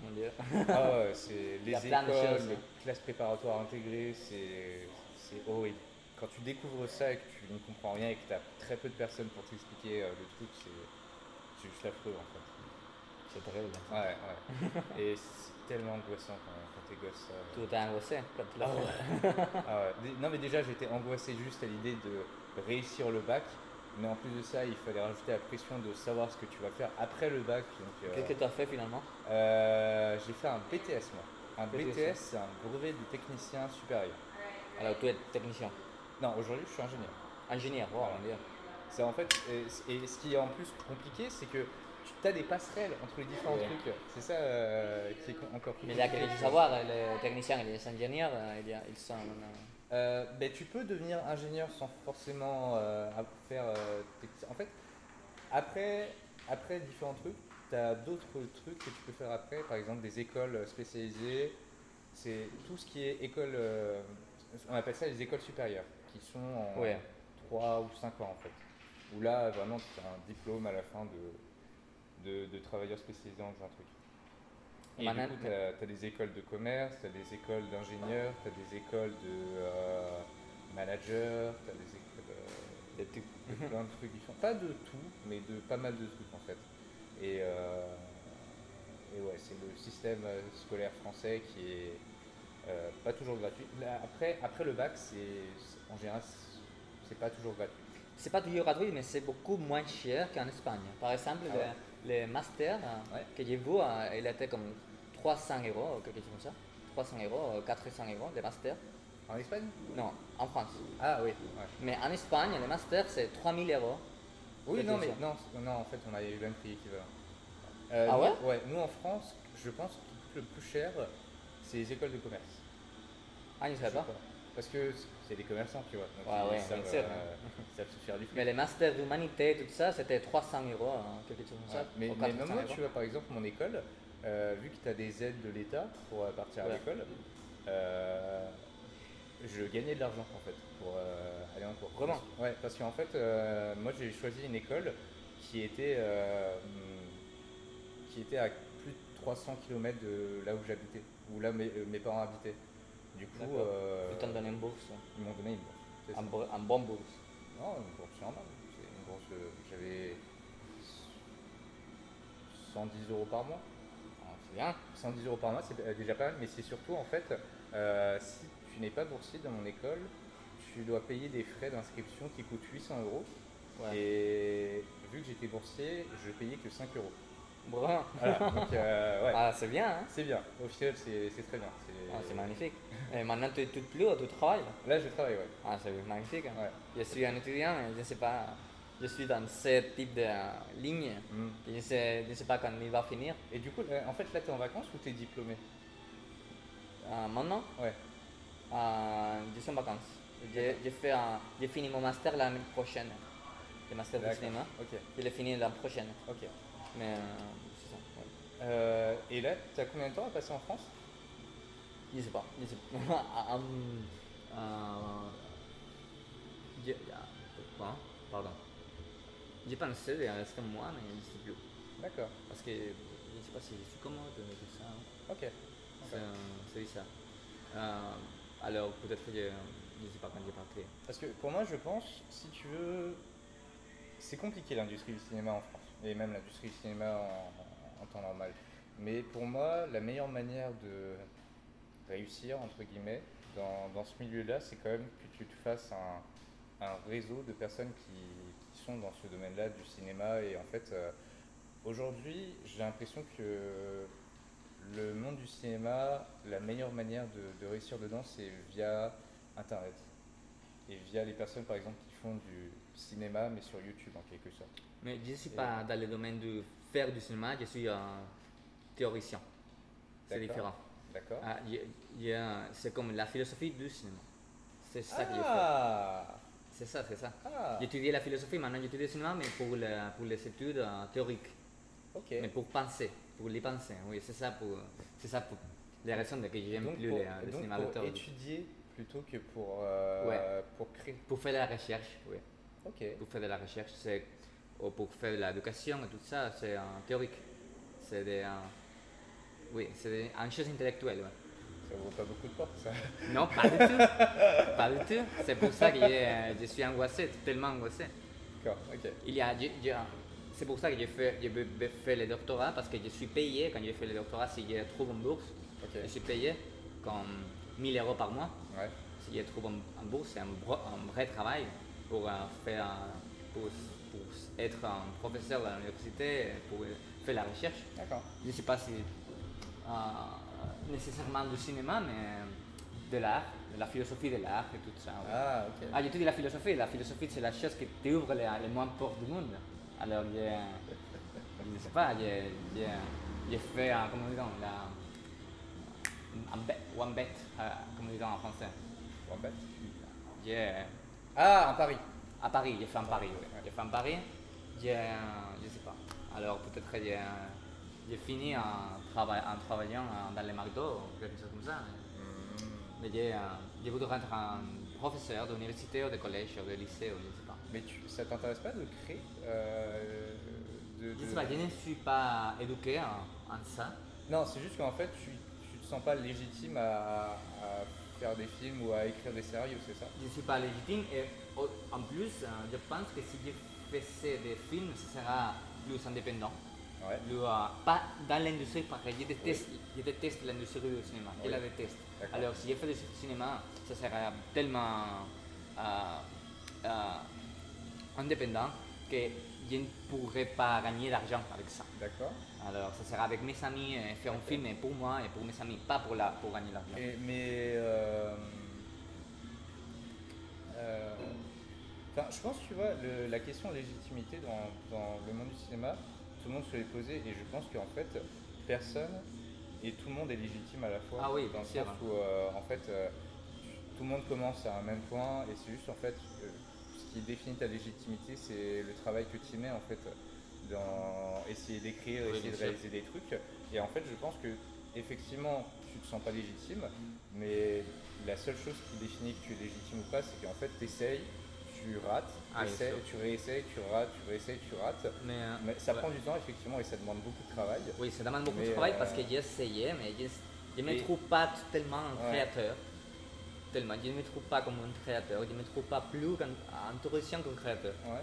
S3: Mon Dieu.
S2: Ah ouais, c'est
S3: y
S2: les
S3: a plein de
S2: écoles,
S3: choses,
S2: les
S3: hein.
S2: classes préparatoires intégrées, c'est c'est horrible. Quand tu découvres ça et que tu ne comprends rien et que tu as très peu de personnes pour t'expliquer euh, le truc, c'est c'est juste affreux en fait.
S3: C'est terrible.
S2: Ouais, ouais. et c'est tellement angoissant quand, quand t'es gosse. ça.
S3: Tout est angoissé quand tu l'as
S2: Ah
S3: fait.
S2: Ah ouais. Dé- Non mais déjà j'étais angoissé juste à l'idée de réussir le bac, mais en plus de ça il fallait rajouter la pression de savoir ce que tu vas faire après le bac. donc, euh,
S3: Qu'est-ce que tu as fait finalement
S2: Euh, j'ai fait un BTS moi. Un
S3: BTS,
S2: BTS, c'est un brevet de technicien supérieur.
S3: Alors tu es technicien.
S2: Non, aujourd'hui je suis ingénieur.
S3: Ingénieur, wow,
S2: Voilà.
S3: mon Dieu.
S2: C'est en fait, et, et ce qui est en plus compliqué, c'est que tu as des passerelles entre les différents
S3: Ouais.
S2: trucs. C'est ça euh, qui est co- encore plus
S3: Mais il y a quelque
S2: compliqué.
S3: chose à savoir, les techniciens et les ingénieurs, euh, il y a- ils sont. euh,
S2: Euh, ben, tu peux devenir ingénieur sans forcément euh, à- faire. euh, technicien. en fait, après, après différents trucs, tu as d'autres trucs que tu peux faire après, par exemple des écoles euh, spécialisées. C'est tout ce qui est école. euh, on appelle ça les écoles supérieures, qui sont en
S3: Ouais.
S2: 3 ou 5 ans en fait. Où là, vraiment, tu as un diplôme à la fin de, de, de travailleur spécialisé dans un truc. Et
S3: Maintenant-
S2: du coup, tu as, des écoles de commerce, tu as des écoles d'ingénieurs, tu as des écoles de euh, managers, tu as des écoles euh,
S3: des types.
S2: de plein de trucs différents. Pas de tout, mais de pas mal de trucs en fait. Et, euh, et ouais, c'est le système euh, scolaire français qui est euh, pas toujours gratuit. Là, après, après le bac, c'est c'est- en général, c'est- c'est pas toujours gratuit.
S3: C'est pas toujours gratuit, mais c'est beaucoup moins cher qu'en Espagne. Par exemple,
S2: Ah ouais.
S3: le, le master euh,
S2: Ouais.
S3: que j'ai vu, euh, il était comme 300 euros, ou quelque chose comme ça. 300 euros, euh, 400 euros, le master.
S2: En Espagne
S3: Non, en France.
S2: Ah oui.
S3: Mais en Espagne, le master, c'est 3000 euros.
S2: Oui,
S3: Quelque
S2: non, mais
S3: chose.
S2: non, c- non, en fait, on a eu le même prix équivalent. Euh,
S3: Ah
S2: nous-
S3: ouais
S2: Ouais, nous en France, je pense que le plus cher, c'est les écoles de commerce.
S3: Ah, je ne
S2: Je
S3: savais
S2: sais
S3: pas.
S2: pas. Parce que c- c'est des commerçants, tu vois. Donc
S3: Ouais,
S2: ils
S3: ouais,
S2: savent,
S3: bien sûr.
S2: euh, ils savent se faire du fric.
S3: Mais les masters d'humanité, tout ça, c'était 300 euros, hein, quelque chose comme
S2: Ouais,
S3: ça.
S2: mais,
S3: ou
S2: mais
S3: 400
S2: même moi,
S3: euros.
S2: tu vois, par exemple, mon école, euh, vu que tu as des aides de l'État pour euh, partir à
S3: Ouais.
S2: l'école, euh, je gagnais de l'argent en fait pour euh, aller en cours.
S3: Vraiment
S2: Parce- Ouais, parce qu'en fait, euh, moi j'ai choisi une école qui était, euh, hum, qui était à plus de 300 km de là où j'habitais, où là mes, euh, mes parents habitaient. Du coup,
S3: D'accord.
S2: euh,
S3: Ils t'ont donné une bourse, hein.
S2: ils m'ont donné une bourse. C'est
S3: un,
S2: ça.
S3: bo- un bon bourse.
S2: Non, une bourse normale. C'est une bourse, euh, j'avais 110 euros par mois.
S3: Ah, c'est bien.
S2: 110 euros par mois, c'est euh, déjà pas mal, mais c'est surtout en fait, euh, si tu n'es pas boursier dans mon école, tu dois payer des frais d'inscription qui coûtent 800 euros
S3: Ouais.
S2: Et vu que j'étais boursier, je payais que 5 euros.
S3: Bon.
S2: Voilà, donc euh, ouais,
S3: Ah, c'est bien, hein
S2: c'est bien. Au final, c'est c'est très bien. C'est-
S3: Ah, C'est magnifique. Et maintenant, tu étudies plus ou tu travailles
S2: Là, je travaille, ouais.
S3: Ah, c'est magnifique. hein.
S2: Ouais.
S3: Je suis un étudiant et je ne sais pas, je suis dans ce type de euh, ligne.
S2: Mm.
S3: Je ne sais, je sais pas quand il va finir.
S2: Et du coup, là, en fait, là, t'es en vacances ou t'es diplômé
S3: Euh, maintenant,
S2: Ouais.
S3: euh, je suis en vacances. Je, je fais un- je finis mon master l'année prochaine. Le master de
S2: D'accord.
S3: cinéma.
S2: Ok,
S3: Je le finis l'année prochaine.
S2: ok.
S3: Mais euh, c'est ça. ouais.
S2: Euh, et là, t'as combien de temps à passer en France
S3: Je sais pas. Je sais pas. Ah, hum, euh, je- ah, quoi Pardon. J'ai pensé de rester un mois, mais je ne sais plus.
S2: D'accord,
S3: Parce que je ne sais pas si je suis commode ou tout ça. hein.
S2: ok.
S3: C'est euh, c'est ça. Euh, alors peut-être que je je ne sais pas quand j'ai parti.
S2: Parce que pour moi, je pense, si tu veux, c'est compliqué l'industrie du cinéma en France, et même l'industrie du cinéma en, en temps normal. Mais pour moi, la meilleure manière de réussir, entre guillemets, dans, dans ce milieu-là, c'est quand même que tu te fasses un, un réseau de personnes qui, qui sont dans ce domaine-là du cinéma. Et en fait, euh, aujourd'hui, j'ai l'impression que le monde du cinéma, la meilleure manière de, de réussir dedans, c'est via Internet et via les personnes par exemple qui font du cinéma mais sur YouTube en quelque sorte.
S3: Mais je ne suis
S2: Et-
S3: pas dans le domaine de faire du cinéma, je suis un théoricien. C'est
S2: D'accord.
S3: différent.
S2: D'accord
S3: Ah, je- je- c'est comme la philosophie du cinéma. C'est ça que je fais.
S2: Ah,
S3: C'est ça, c'est ça.
S2: ah,
S3: J'étudiais la philosophie, maintenant j'étudie le cinéma, mais pour, le- pour les études euh, théoriques.
S2: ok.
S3: Mais pour penser, pour les penser. Oui, c'est ça pour, c'est ça pour les raisons de que j'aime
S2: Donc
S3: plus
S2: pour,
S3: le, le
S2: donc
S3: cinéma
S2: pour
S3: de théorie.
S2: étudier plutôt que pour, euh,
S3: Ouais.
S2: pour créer.
S3: Pour faire de la recherche, oui.
S2: Ok,
S3: Pour faire de la recherche, c'est ou pour faire de l'éducation et tout ça, c'est un théorique. C'est des, euh, oui, c'est des- une chose intellectuelle. ouais.
S2: ça ouvre pas beaucoup de portes ça.
S3: Non, pas du tout. pas du tout. C'est pour ça que je, je suis angoissé, tellement angoissé.
S2: D'accord, ok.
S3: Il y a, je- je- c'est pour ça que j'ai fait, je veux- veux faire le doctorat parce que je suis payé quand je fais le doctorat si je trouve une bourse.
S2: Ok.
S3: Je suis payé comme 1000 euros par mois.
S2: Ouais,
S3: Si je trouve un, un bourse, c'est un, bro- un vrai travail pour, euh, faire, euh, pour, pour être un professeur à l'université, pour euh, faire la recherche.
S2: d'accord.
S3: Je ne sais pas si euh, nécessairement du cinéma, mais de l'art, de la philosophie de l'art et tout ça. ouais.
S2: Ah, ok.
S3: Ah, j'étudie la philosophie. La philosophie, c'est la chose qui t'ouvre les, les moins portes du monde. Alors, je, je ne sais pas, j'ai je, je fait, euh, comment dit un bet, one bet, euh, comment dit en français.
S2: Bon, bah.
S3: J'ai,
S2: Ah, un pari.
S3: à Paris, j'ai fait un pari, oui.
S2: Ouais.
S3: J'ai fait un pari, j'ai, je ne sais pas. Alors, peut-être que j'ai, j'ai fini en, trava- en travaillant euh, dans les McDo ou quelque chose comme ça. Mais j'ai, euh, je voudrais être un professeur d'université ou de collège ou de lycée ou je ne sais pas.
S2: Mais tu, ça t'intéresse pas de créer euh, de,
S3: Je
S2: de-
S3: sais pas, je ne suis pas éduqué en, en ça.
S2: Non, c'est juste qu'en fait, tu, tu te sens pas légitime à, à faire des films ou à écrire des scénarios, c'est ça
S3: Je ne suis pas légitime et au- en plus, euh, je pense que si je faisais des films, ce sera plus indépendant.
S2: Ouais.
S3: Plus, euh, pas dans l'industrie, parce que je déteste, je déteste l'industrie du cinéma. Je
S2: Oui.
S3: la déteste.
S2: D'accord.
S3: Alors, si je fais du cinéma, ce sera tellement euh, euh, indépendant que je ne pourrais pas gagner d'argent avec ça.
S2: D'accord.
S3: Alors, ça sera avec mes amis, euh, faire un film est pour moi et pour mes amis, pas pour, la, pour gagner l'argent.
S2: Et- mais. euh, euh, enfin, je pense, tu vois, le- la question de légitimité dans, dans le monde du cinéma, tout le monde se l'est posée et je pense qu'en fait, personne et tout le monde est légitime à la fois.
S3: Ah oui,
S2: dans
S3: bien
S2: le
S3: sûr.
S2: sens où, euh, en fait, euh, tout le monde commence à un même point et c'est juste, en fait, euh, ce qui définit ta légitimité, c'est le travail que tu y mets, en fait, dans essayer d'écrire,
S3: Oui,
S2: essayer
S3: bien
S2: de
S3: sûr.
S2: réaliser des trucs. Et en fait, je pense que effectivement, tu te sens pas légitime, mais la seule chose qui définit que tu es légitime ou pas, c'est qu'en fait, tu essayes, tu rates,
S3: Ah, bien
S2: t'essayes,
S3: sûr.
S2: tu réessayes, tu rates, tu réessayes, tu rates.
S3: Mais, euh,
S2: Mais ça
S3: ouais.
S2: prend du temps, effectivement, et ça demande beaucoup de travail.
S3: Oui, ça demande beaucoup
S2: Mais,
S3: de travail
S2: euh,
S3: parce que j'ai essayé, mais je ne me
S2: et-
S3: trouve pas t- tellement un
S2: Ouais.
S3: créateur. Tellement, je ne me trouve pas comme un créateur, je ne me trouve pas plus qu'un un théoricien qu'un créateur.
S2: Ouais.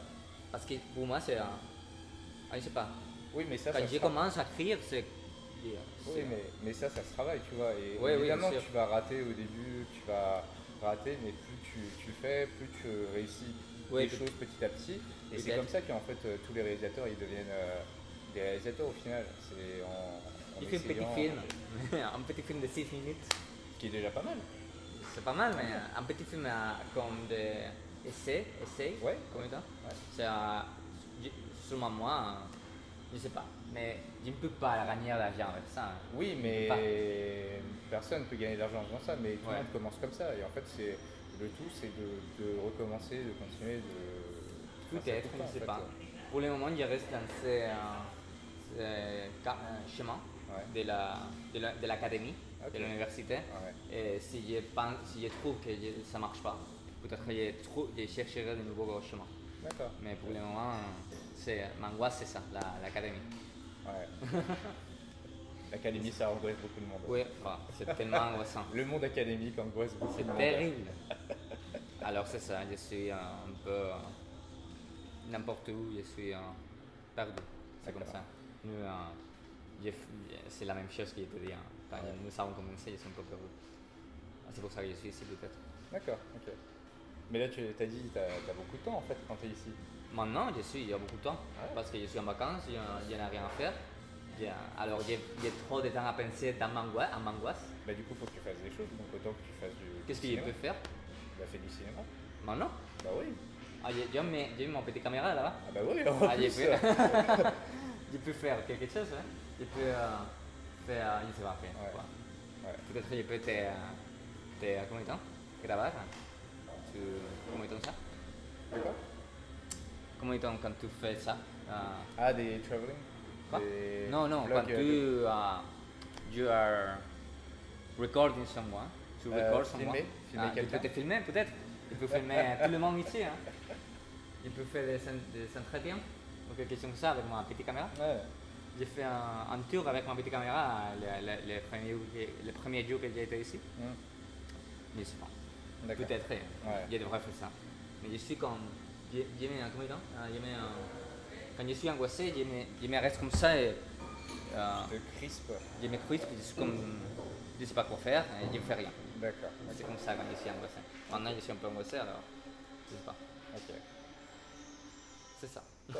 S3: Parce que pour moi, c'est. un- ah, je sais pas.
S2: Oui, mais ça,
S3: Quand
S2: ça se
S3: je
S2: travaille.
S3: commence à écrire, c'est. c'est-
S2: Oui, mais, mais ça, ça se travaille, tu vois. Et
S3: Ouais, oui,
S2: évidemment,
S3: bien
S2: que
S3: sûr.
S2: tu vas rater au début, que tu vas. raté, mais plus tu, tu fais, plus tu réussis
S3: Ouais,
S2: les
S3: peut-
S2: choses petit à petit. Et c'est
S3: peut-être.
S2: comme ça qu'en fait euh, tous les réalisateurs ils deviennent euh, des réalisateurs au final. C'est en, en
S3: Il fait un
S2: essayant,
S3: petit film, un petit film de 6 minutes.
S2: qui est déjà pas mal.
S3: C'est pas mal, mais un petit film euh, comme des essais, essais,
S2: Ouais.
S3: comme ça.
S2: Ouais.
S3: C'est euh, je- seulement moi, euh, je sais pas. Mais je ne peux pas gagner l'argent avec ça. hein.
S2: Oui,
S3: Pas.
S2: mais personne peut gagner de l'argent en faisant ça, mais tout le
S3: Ouais.
S2: monde commence comme ça. Et en fait, c'est le tout, c'est de, de recommencer, de continuer, de. faire ça
S3: Peut-être,
S2: tout le temps,
S3: je ne
S2: en
S3: sais
S2: fait.
S3: pas. Pour le moment, je reste dans ce, euh, ce ca- euh, chemin
S2: Ouais.
S3: de la- de la- de l'académie,
S2: Ok.
S3: de l'université.
S2: Ouais.
S3: Et si je, pense, si je trouve que je- ça ne marche pas, peut-être que je, trou- je chercherai de nouveaux chemins.
S2: D'accord.
S3: Mais pour le moment, euh, c'est- m'angoisse, c'est ça, la- l'académie.
S2: Ouais. L'académie, ça angoisse beaucoup de monde.
S3: Oui, voilà, c'est tellement angoissant.
S2: Le monde académique angoisse beaucoup de
S3: C'est
S2: monde.
S3: terrible. Alors c'est ça, je suis euh, un peu euh, n'importe où, je suis euh, perdu. C'est comme
S2: D'accord.
S3: ça. Nous, euh, je f- c'est la même chose que je te dis. hein. Quand
S2: Ouais.
S3: nous avons commencé, je suis un peu perdu. Ah, C'est pour ça que je suis ici peut-être.
S2: D'accord, ok. Mais là, tu as dit, tu as, beaucoup de temps en fait quand tu es ici.
S3: Maintenant, je suis, il y a beaucoup de temps,
S2: Ouais.
S3: parce que je suis en vacances, il y a- il n'y en a rien à faire. Il y a- alors j'ai j'ai trop de temps à penser dans m'angoi- en angoisse.
S2: Bah, du coup, faut que tu fasses des choses, donc autant que tu fasses du.
S3: Qu'est-ce que
S2: qu'il
S3: je peux faire
S2: Tu as fait du cinéma
S3: maintenant
S2: Bah oui.
S3: ah, J'ai j'ai mes- j'ai mon petit caméra là-bas.
S2: Ah bah oui, en
S3: Ah, j'ai
S2: plus,
S3: fait-
S2: euh,
S3: hein. je peux faire quelque chose, hein. je peux euh, faire, je sais pas, faire
S2: Ouais.
S3: quoi.
S2: Ouais.
S3: Peut-être je peux te, euh, te euh, comment dit-on, grabar, hein. tu, comment dit-on ça
S2: D'accord.
S3: Comment dit-on quand tu fais ça euh,
S2: Ah, des traveling
S3: Quoi
S2: Des
S3: Non, non,
S2: vlogs,
S3: quand tu,
S2: euh,
S3: euh, you are recording someone, tu
S2: Euh,
S3: records
S2: filmer,
S3: someone,
S2: filmer
S3: Ah, tu
S2: quelqu'un.
S3: peux te filmer peut-être, tu peux filmer tout le monde ici, hein. tu peux faire des, en- des entretiens ou quelque chose euh, comme ça avec ma petite caméra.
S2: Ouais.
S3: J'ai fait un, un tour avec ma petite caméra euh, le, le- le premier, jour que- le premier jour que j'ai été ici.
S2: Hmm,
S3: Mais c'est bon.
S2: D'accord.
S3: Peut-être, euh,
S2: Ouais.
S3: je devrais faire ça. Mais je suis comme. j'ai- j'ai mis un- comment dire, euh, j'ai mis un- Quand je suis angoissé, je me, je me reste comme ça et. euh,
S2: De crisp.
S3: je me crispe, je suis comme. Je sais pas quoi faire et je ne fais rien.
S2: D'accord.
S3: C'est comme ça quand je suis angoissé. Maintenant, je suis un peu angoissé alors. Je sais pas.
S2: Ok.
S3: C'est ça.
S2: Ok.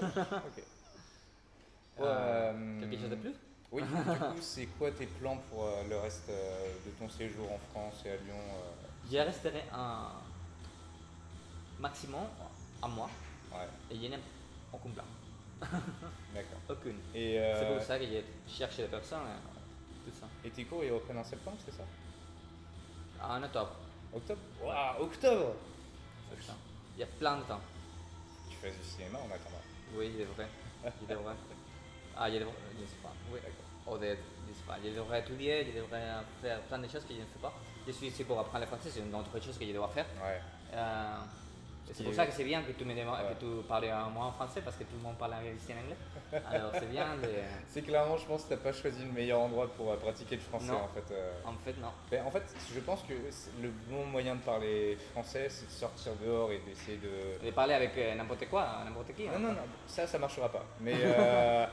S3: Euh,
S2: Euh,
S3: quelque chose de plus
S2: Oui, du coup, c'est quoi tes plans pour euh, le reste euh, de ton séjour en France et à Lyon euh,
S3: Je resterai un. maximum un mois.
S2: Ouais,
S3: Et il n'y en a aucune plan.
S2: d'accord.
S3: Aucune.
S2: Et,
S3: C'est
S2: euh,
S3: pour ça que j'ai cherché les personnes, euh, tout ça.
S2: et tes cours, ils reprennent en septembre, c'est ça
S3: En Ah, octobre,
S2: Octobre Waouh, octobre
S3: c'est ça. Il y a plein de temps.
S2: Tu fais du cinéma en attendant.
S3: Oui, il est vrai. Il est vrai. Ah, il est vrai, je ne sais pas. Oui.
S2: D'accord.
S3: Oh, des- je sais pas. Je devrais étudier, je devrais faire plein de choses que je ne fais pas. Je suis ici pour apprendre le français, c'est une autre chose que je dois faire.
S2: Ouais,
S3: Euh, c'est
S2: Qui
S3: pour
S2: est-
S3: ça que c'est bien que tu, me demandes,
S2: Ouais.
S3: que tu parles à moi en français parce que tout le monde parle ici en anglais. Alors c'est bien. de-
S2: c'est clairement, je pense que t'as pas choisi le meilleur endroit pour euh, pratiquer le français
S3: Non.
S2: en fait. euh.
S3: En fait, non.
S2: Ben, en fait, je pense que c'est- le bon moyen de parler français, c'est de sortir dehors et d'essayer de.
S3: De parler avec euh, n'importe quoi, n'importe qui.
S2: Non,
S3: hein.
S2: non, non, ça, ça marchera pas. Mais euh,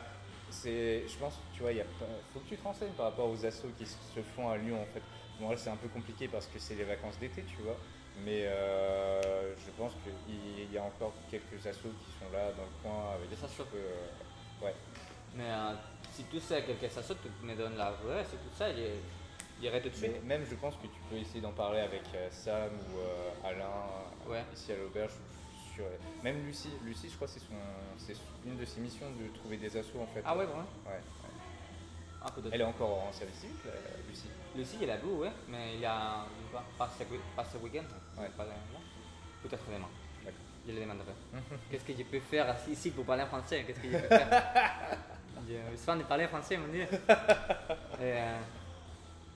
S2: c'est, je pense, tu vois, il y a pas- faut que tu te renseignes par rapport aux assos qui s- se font à Lyon, en fait. Bon, là, c'est un peu compliqué parce que c'est les vacances d'été, tu vois. Mais euh, je pense qu'il y a encore quelques assos qui sont là dans le coin avec
S3: Des
S2: qui tu
S3: assos.
S2: peux, euh, Ouais,
S3: Mais euh, si tu sais quelque chose, tu me donnes la vraie, c'est tout ça, je- j'irai tout de suite.
S2: mais même je pense que tu peux essayer d'en parler avec euh, Sam ou euh, Alain euh,
S3: Ouais.
S2: ici à l'auberge. je suis sûr. Même Lucie, Lucie, je crois, c'est son, c'est une de ses missions de trouver des assos, en fait.
S3: Ah ouais, vraiment
S2: Ouais.
S3: Ah, peut-être.
S2: Elle est encore en service civique, la- Lucie.
S3: Lucie, il a vu, ouais, mais il a pas, pas ce, week- pas ce week-end. hein.
S2: Ouais.
S3: Pas le- non. Peut-être demain,
S2: D'accord.
S3: je le demanderai. Qu'est-ce que je peux faire ici pour parler français Qu'est-ce que je peux faire Je suis fan de parler français, mon dieu. Et, euh,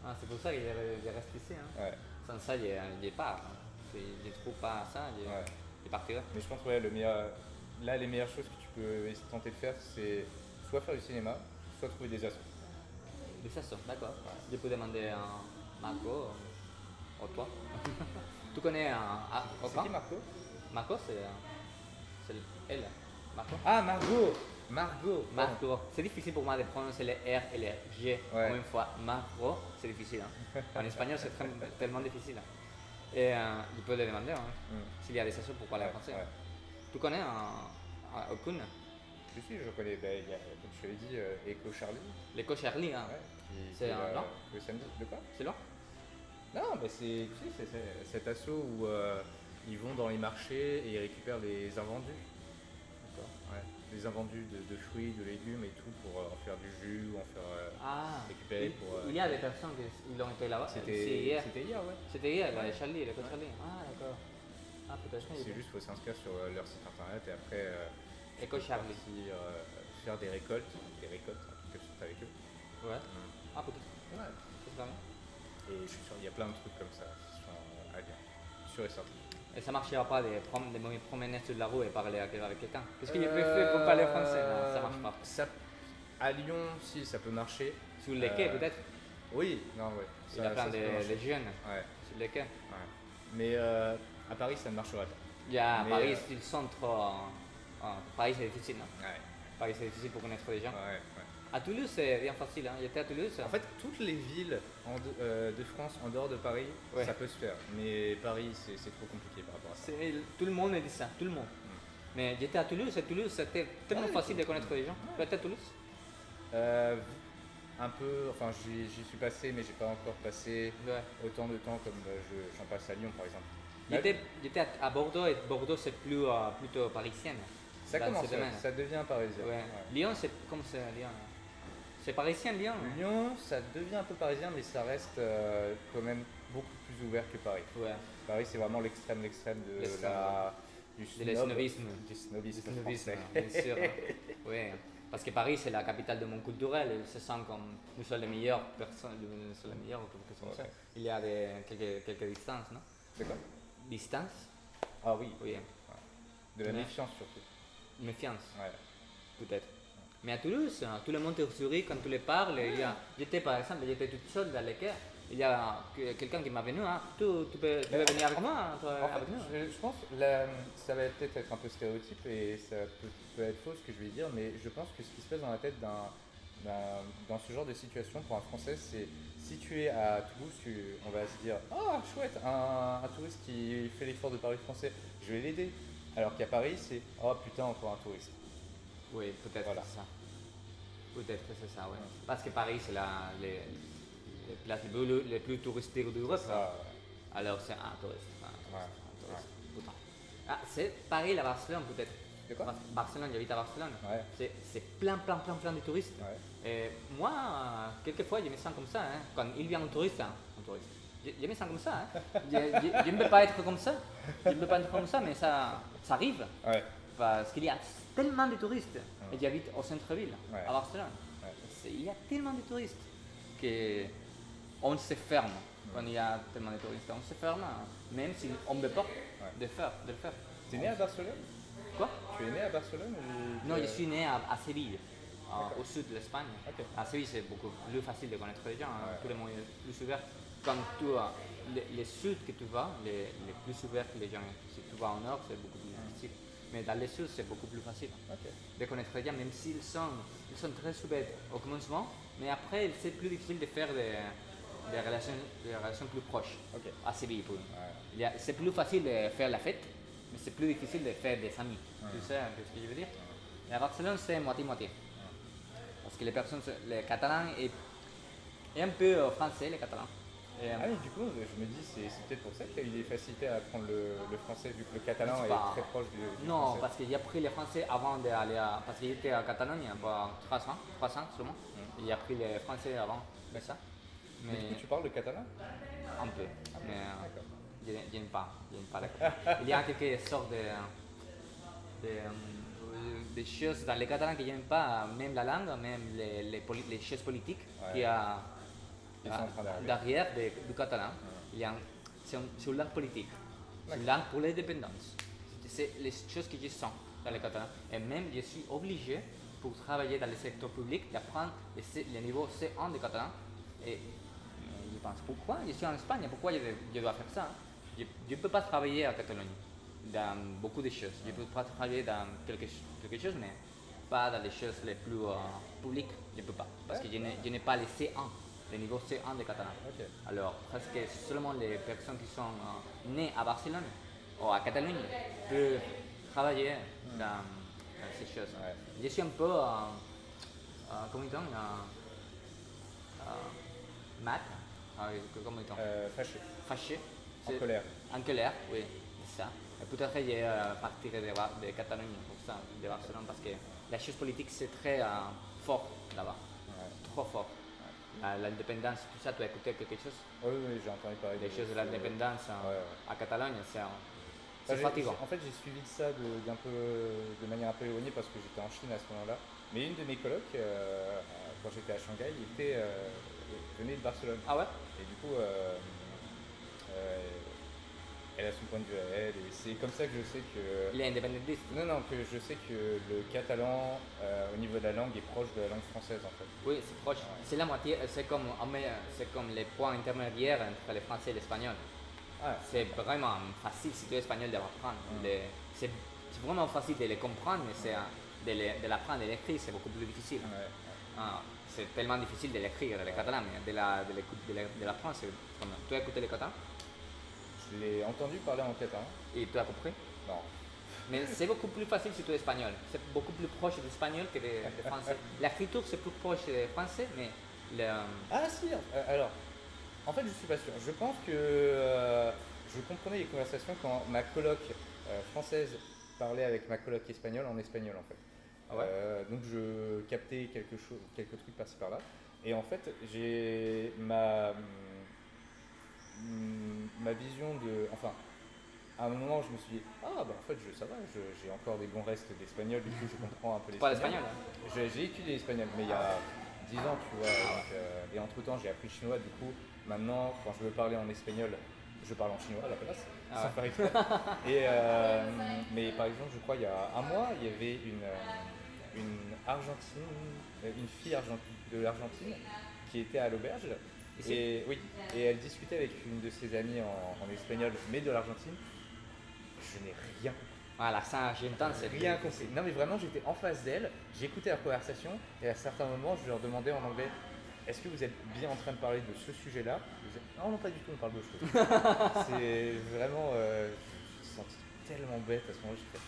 S3: ah, c'est pour ça que je je reste ici. hein.
S2: Ouais.
S3: Sans ça, je je pars. hein. Je ne trouve pas ça, je,
S2: Ouais.
S3: je partirai.
S2: Mais je pense ouais, le meilleur, là les meilleures choses que tu peux ess- tenter de faire, c'est soit faire du cinéma, soit trouver des assos.
S3: De ça sort, d'accord. Je peux demander à Marco ou toi. tu connais un ah,
S2: C'est qui Marco
S3: Marco, c'est euh, c'est le- elle. Marco.
S2: Ah Margot Margot pardon.
S3: Marco. C'est difficile pour moi de prononcer les R et les G
S2: Ouais.
S3: en même fois. Marco, c'est difficile. hein. En espagnol, c'est très- tellement difficile. hein. Et euh, il peut les demander hein,
S2: Mm.
S3: s'il y a des sessions pour parler
S2: Ouais,
S3: français.
S2: ouais.
S3: Tu connais un, un- aucune
S2: Si, si, je connais, bah, il y a, comme je te l'ai dit, euh, Echo Charlie,
S3: L'éco Charlie, hein.
S2: ouais, qui-
S3: C'est
S2: qui
S3: un
S2: va-
S3: blanc
S2: le samedi, de quoi
S3: c'est là
S2: Non, mais c'est tu sais, c'est- c'est cet assaut où euh, ils vont dans les marchés et ils récupèrent les invendus. Ouais. Les invendus de, de fruits, de légumes et tout pour euh, en faire du jus ou en faire euh,
S3: Ah,
S2: récupérer
S3: il,
S2: pour. euh,
S3: il y a des personnes qui ils ont été là-bas. C'est
S2: C'était
S3: hier.
S2: c'était hier, ouais.
S3: C'était hier, la
S2: Ouais.
S3: Charlie, l'éco
S2: Ouais.
S3: Charlie. Ah, d'accord. Ah, peut-être.
S2: C'est juste faut s'inscrire sur euh, leur site internet et après euh,
S3: L'éco Charlie.
S2: partir, euh, faire des récoltes, des récoltes, un truc comme ça avec eux.
S3: Ouais. Ah, peut-être.
S2: Ouais.
S3: C'est vraiment.
S2: Et je suis sûr, il y a plein de trucs comme ça qui sont à bien. Sûr et certain.
S3: Et ça marchera pas de, prom- de me promener sur la rue et parler avec avec quelqu'un. Qu'est-ce qu'il peut
S2: Eh,
S3: faire pour parler français Non, ça marche pas.
S2: Euh, ça- à Lyon, si, ça peut marcher.
S3: Sur les quais,
S2: Euh,
S3: peut-être
S2: Oui, non, ouais.
S3: Il y a
S2: ça- ça,
S3: plein
S2: ça peut
S3: de,
S2: marcher.
S3: de jeunes
S2: Ouais,
S3: sur les quais.
S2: ouais. Mais euh, à Paris, ça ne marchera pas.
S3: Il y a à
S2: Mais,
S3: Paris,
S2: euh,
S3: c'est le centre. euh, euh, Paris, c'est difficile. non
S2: Ouais,
S3: Paris, c'est difficile pour connaître les gens.
S2: ouais, ouais.
S3: À Toulouse, c'est bien facile. hein. J'étais à Toulouse.
S2: En fait, toutes les villes en de, euh, de France en dehors de Paris,
S3: Ouais.
S2: ça peut se faire. Mais Paris, c'est c'est trop compliqué par rapport à ça.
S3: C'est- tout le monde dit ça, tout le monde. Mais j'étais à Toulouse et Toulouse, c'était tellement
S2: Mm. Ouais,
S3: facile de
S2: Toulouse.
S3: connaître les gens. Tu
S2: Ouais.
S3: étais à Toulouse
S2: Euh, un peu, enfin, j'y j'y suis passé, mais j'ai pas encore passé
S3: Ouais.
S2: autant de temps comme euh, je- j'en passe à Lyon, par exemple.
S3: J'étais j'étais à, à Bordeaux et Bordeaux, c'est plus, euh, plutôt parisienne.
S2: Ça
S3: Là,
S2: commence,
S3: Bah, c'est demain.
S2: ça devient parisien.
S3: Ouais.
S2: Ouais.
S3: Lyon, c'est comme c'est Lyon. hein. C'est parisien, Lyon. hein.
S2: Lyon, ça devient un peu parisien, mais ça reste euh, quand même beaucoup plus ouvert que Paris.
S3: Ouais.
S2: Paris, c'est vraiment l'extrême, l'extrême de
S3: L'extrême,
S2: la du
S3: De la
S2: snob-
S3: snobisme.
S2: du snobisme
S3: C'est novice,
S2: français.
S3: hein, bien sûr. hein. Ouais. Parce que Paris, c'est la capitale de mon culturel. Ils se sentent comme nous sommes les meilleures personnes, nous sommes les meilleurs, quelque chose comme ça.
S2: Ouais.
S3: Il y a des, quelques, quelques distances, non
S2: C'est quoi
S3: Distance
S2: Ah oui,
S3: Oui.
S2: de la
S3: Ouais.
S2: méfiance surtout.
S3: Méfiance.
S2: Ouais.
S3: peut-être. Mais à Toulouse, hein, tout le monde te sourit quand tu les parles. Il y a- J'étais par exemple, j'étais toute seule dans les quais. Il y a que- quelqu'un qui m'a venu, hein, tu, tu peux, tu veux venir avec moi, hein, toi,
S2: En fait,
S3: avec nous.
S2: je, je pense la- ça va peut-être être un peu stéréotype et ça peut, peut être faux ce que je vais dire, mais je pense que ce qui se passe dans la tête d'un d'un- dans ce genre de situation pour un Français, c'est si tu es à Toulouse, tu- on va se dire Ah, chouette, un, un touriste qui fait l'effort de parler français, je vais l'aider. Alors qu'à Paris, c'est Oh putain, encore un touriste.
S3: Oui, peut-être
S2: Voilà.
S3: que c'est ça. Peut-être que c'est ça, oui. Parce que Paris, c'est la les, les places les plus, les plus touristiques d'Europe.
S2: Ça,
S3: hein. Alors c'est un touriste, un touriste,
S2: Ouais,
S3: un touriste, putain. Ah, c'est Pareil la Barcelone, peut-être.
S2: De quoi
S3: Bar- Barcelone, j'habite à Barcelone.
S2: Ouais,
S3: C'est- C'est plein, plein, plein, plein de touristes.
S2: ouais.
S3: Et Eh, moi, euh, quelquefois, je me sens comme ça. hein. Quand il vient un touriste, hein, un touriste. Je, je me sens comme ça. hein. Je- je- je ne peux pas être comme ça. Je ne peux pas être comme ça, mais ça, ça arrive.
S2: Ouais,
S3: Parce qu'il y a tellement de touristes. Et j'habite au centre-ville,
S2: Ouais.
S3: à Barcelone.
S2: ouais.
S3: C'est- Il y a tellement de touristes que on se ferme. Quand il y a tellement de touristes, on se ferme. hein. Même si on ne peut pas de, faire, de le faire.
S2: T'es né à Barcelone
S3: Quoi
S2: Tu es né à Barcelone ou
S3: Non,
S2: tu-
S3: je suis né à, à Séville, en- au sud de l'Espagne.
S2: Ok.
S3: À Séville, c'est beaucoup plus facile de connaître les gens, hein.
S2: Ouais.
S3: tout le monde est plus ouvert. Quand tu as le, le sud que tu vas, les les plus ouvert que les gens. Si tu vas au nord, c'est beaucoup plus difficile. Mais dans le sud, c'est beaucoup plus facile
S2: Ok.
S3: de connaître les gens, même s'ils sont, ils sont très ouverts au commencement. Mais après, c'est plus difficile de faire des, des relations, des relations plus proches
S2: Ok.
S3: à Séville. pour nous.
S2: Ouais.
S3: Il y a- C'est plus facile de faire la fête, mais c'est plus difficile de faire des amis.
S2: Ah.
S3: Tu sais un peu ce que je veux dire Et à Barcelone, c'est moitié-moitié.
S2: Ah.
S3: Parce que les personnes, se- les Catalans et, et un peu euh, français, les Catalans. Et,
S2: Ah oui, du coup, je me dis, c'est c'est peut-être pour ça que tu as eu des facilités à apprendre le, le français, vu que le
S3: Je
S2: catalan
S3: sais
S2: est
S3: pas.
S2: très proche du, du
S3: non,
S2: français.
S3: parce que j'ai appris le français avant d'aller à. Parce que j'étais à Catalogne, il y a pas 3 ans, 3 ans seulement. Et J'ai appris le français avant de ça.
S2: Mm. Mais du
S3: Mais
S2: coup, tu parles le catalan
S3: un peu. Mais euh,
S2: D'accord.
S3: Je je n'aime pas, je n'aime pas la couleur. Il y a quelques sortes de, de, euh, de choses dans les Catalans que je n'aime pas, même la langue, même les, les, poli- les choses politiques
S2: Ouais.
S3: qu'il y a
S2: Ils sont en train d'arriver.
S3: derrière de- du catalan. Il y a un- C'est un- c'est une langue politique, c'est une langue pour les dépendances. C'est les choses que je sens dans les Catalans. Et même, je suis obligé, pour travailler dans le secteur public, d'apprendre le, C- le niveau C1 de catalan. Et mais je pense, pourquoi je suis en Espagne Pourquoi je, vais- je dois faire ça Je ne peux pas travailler à Catalogne dans beaucoup de choses. Je peux pas travailler dans quelque, ch- quelque chose, mais pas dans les choses les plus euh, publiques. Je ne peux pas. Parce que je n'ai je n'ai pas les C1. Le niveau C1 des Catalans.
S2: Ok.
S3: Alors, presque seulement les personnes qui sont euh, nées à Barcelone ou à Catalogne peuvent travailler dans, dans ces choses.
S2: Hmm. Ouais.
S3: Je suis un peu, euh, euh, comment dit-on, euh, euh, mat, Ah oui, que- comment dit-on,
S2: Euh, fâché.
S3: fâché,
S2: En
S3: C'est-
S2: colère.
S3: en colère, oui, c'est ça. Et Tout à fait, je euh, partirai de, Bar- de Catalogne pour ça, de Barcelone, parce que la chose politique, c'est très euh, fort là-bas,
S2: Ouais.
S3: trop fort. La- L'indépendance, tout ça, tu as écouté quelque chose
S2: Oui, oui, j'ai entendu parler
S3: les
S2: de-
S3: choses de l'indépendance hein,
S2: Ouais, ouais.
S3: à Catalogne, c'est un- c'est
S2: Enfin, j'ai-
S3: fatigant.
S2: j'ai- En fait, j'ai suivi ça de, d'un peu, de manière un peu éloignée parce que j'étais en Chine à ce moment-là. Mais une de mes colocs, euh, quand j'étais à Shanghai, était, euh, venait de Barcelone.
S3: Ah ouais
S2: Et du coup, euh, euh, elle a son point de vue à elle. Et c'est comme ça que je sais que.
S3: Il est indépendantiste.
S2: Non, non, que je sais que le catalan, euh, au niveau de la langue, est proche de la langue française en fait.
S3: Oui, c'est proche. C'est la moitié, euh, c'est comme, en mai- c'est comme les points intermédiaires entre le français et l'espagnol.
S2: Ah,
S3: C'est vraiment facile si tu es espagnol d'apprendre. C'est c'est vraiment facile de les comprendre, mais c'est, euh, de les- de l'apprendre et de l'écrire, c'est beaucoup plus difficile.
S2: ouais.
S3: Ah, c'est tellement difficile de l'écrire, le catalan, mais de la- de l'écou- de la- de l'apprendre, c'est comme... Tu as écouté le catalan
S2: Je l'ai entendu parler en catalan.
S3: et tu as compris
S2: Non.
S3: Mais c'est beaucoup plus facile si tu es espagnol. C'est beaucoup plus proche de l'espagnol que des des français. L'écriture, c'est plus proche des français, mais le-
S2: Ah si, euh, alors, en fait je suis pas sûr. Je pense que euh, je comprenais les conversations quand ma coloc euh, française parlait avec ma coloc espagnole en espagnol en fait.
S3: Ah ouais
S2: Euh, donc je captais quelque chose, quelques trucs par-ci par-là. Et en fait j'ai ma mm, ma vision de, enfin. À un moment, je me suis dit, ah, bah en fait, je, ça va, je- j'ai encore des bons restes d'espagnol, du coup, je comprends un peu
S3: pas l'espagnol. hein.
S2: j'ai j'ai étudié l'espagnol, mais il y a 10 ans, tu vois. donc, euh, et entre temps, j'ai appris le chinois. Du coup, maintenant, quand je veux parler en espagnol, je parle en chinois à la place.
S3: Ah
S2: sans faire exprès. et, euh, mais par exemple, je crois, il y a un mois, il y avait une, euh, une Argentine, euh, une fille argenti- de l'Argentine qui était à l'auberge.
S3: Ici
S2: Et, oui, et elle discutait avec une de ses amies en, en espagnol, mais de l'Argentine. Je n'ai rien
S3: Ah, l'accent argentin, c'est
S2: rien compris. Non mais vraiment j'étais en face d'elle, j'écoutais leur conversation et à certains moments je leur demandais en anglais est-ce que vous êtes bien en train de parler de ce sujet-là Ils disaient, Non, non, pas du tout, on parle d'autre chose. c'est vraiment... euh, je me suis senti tellement bête à ce moment-là. J'ai fait,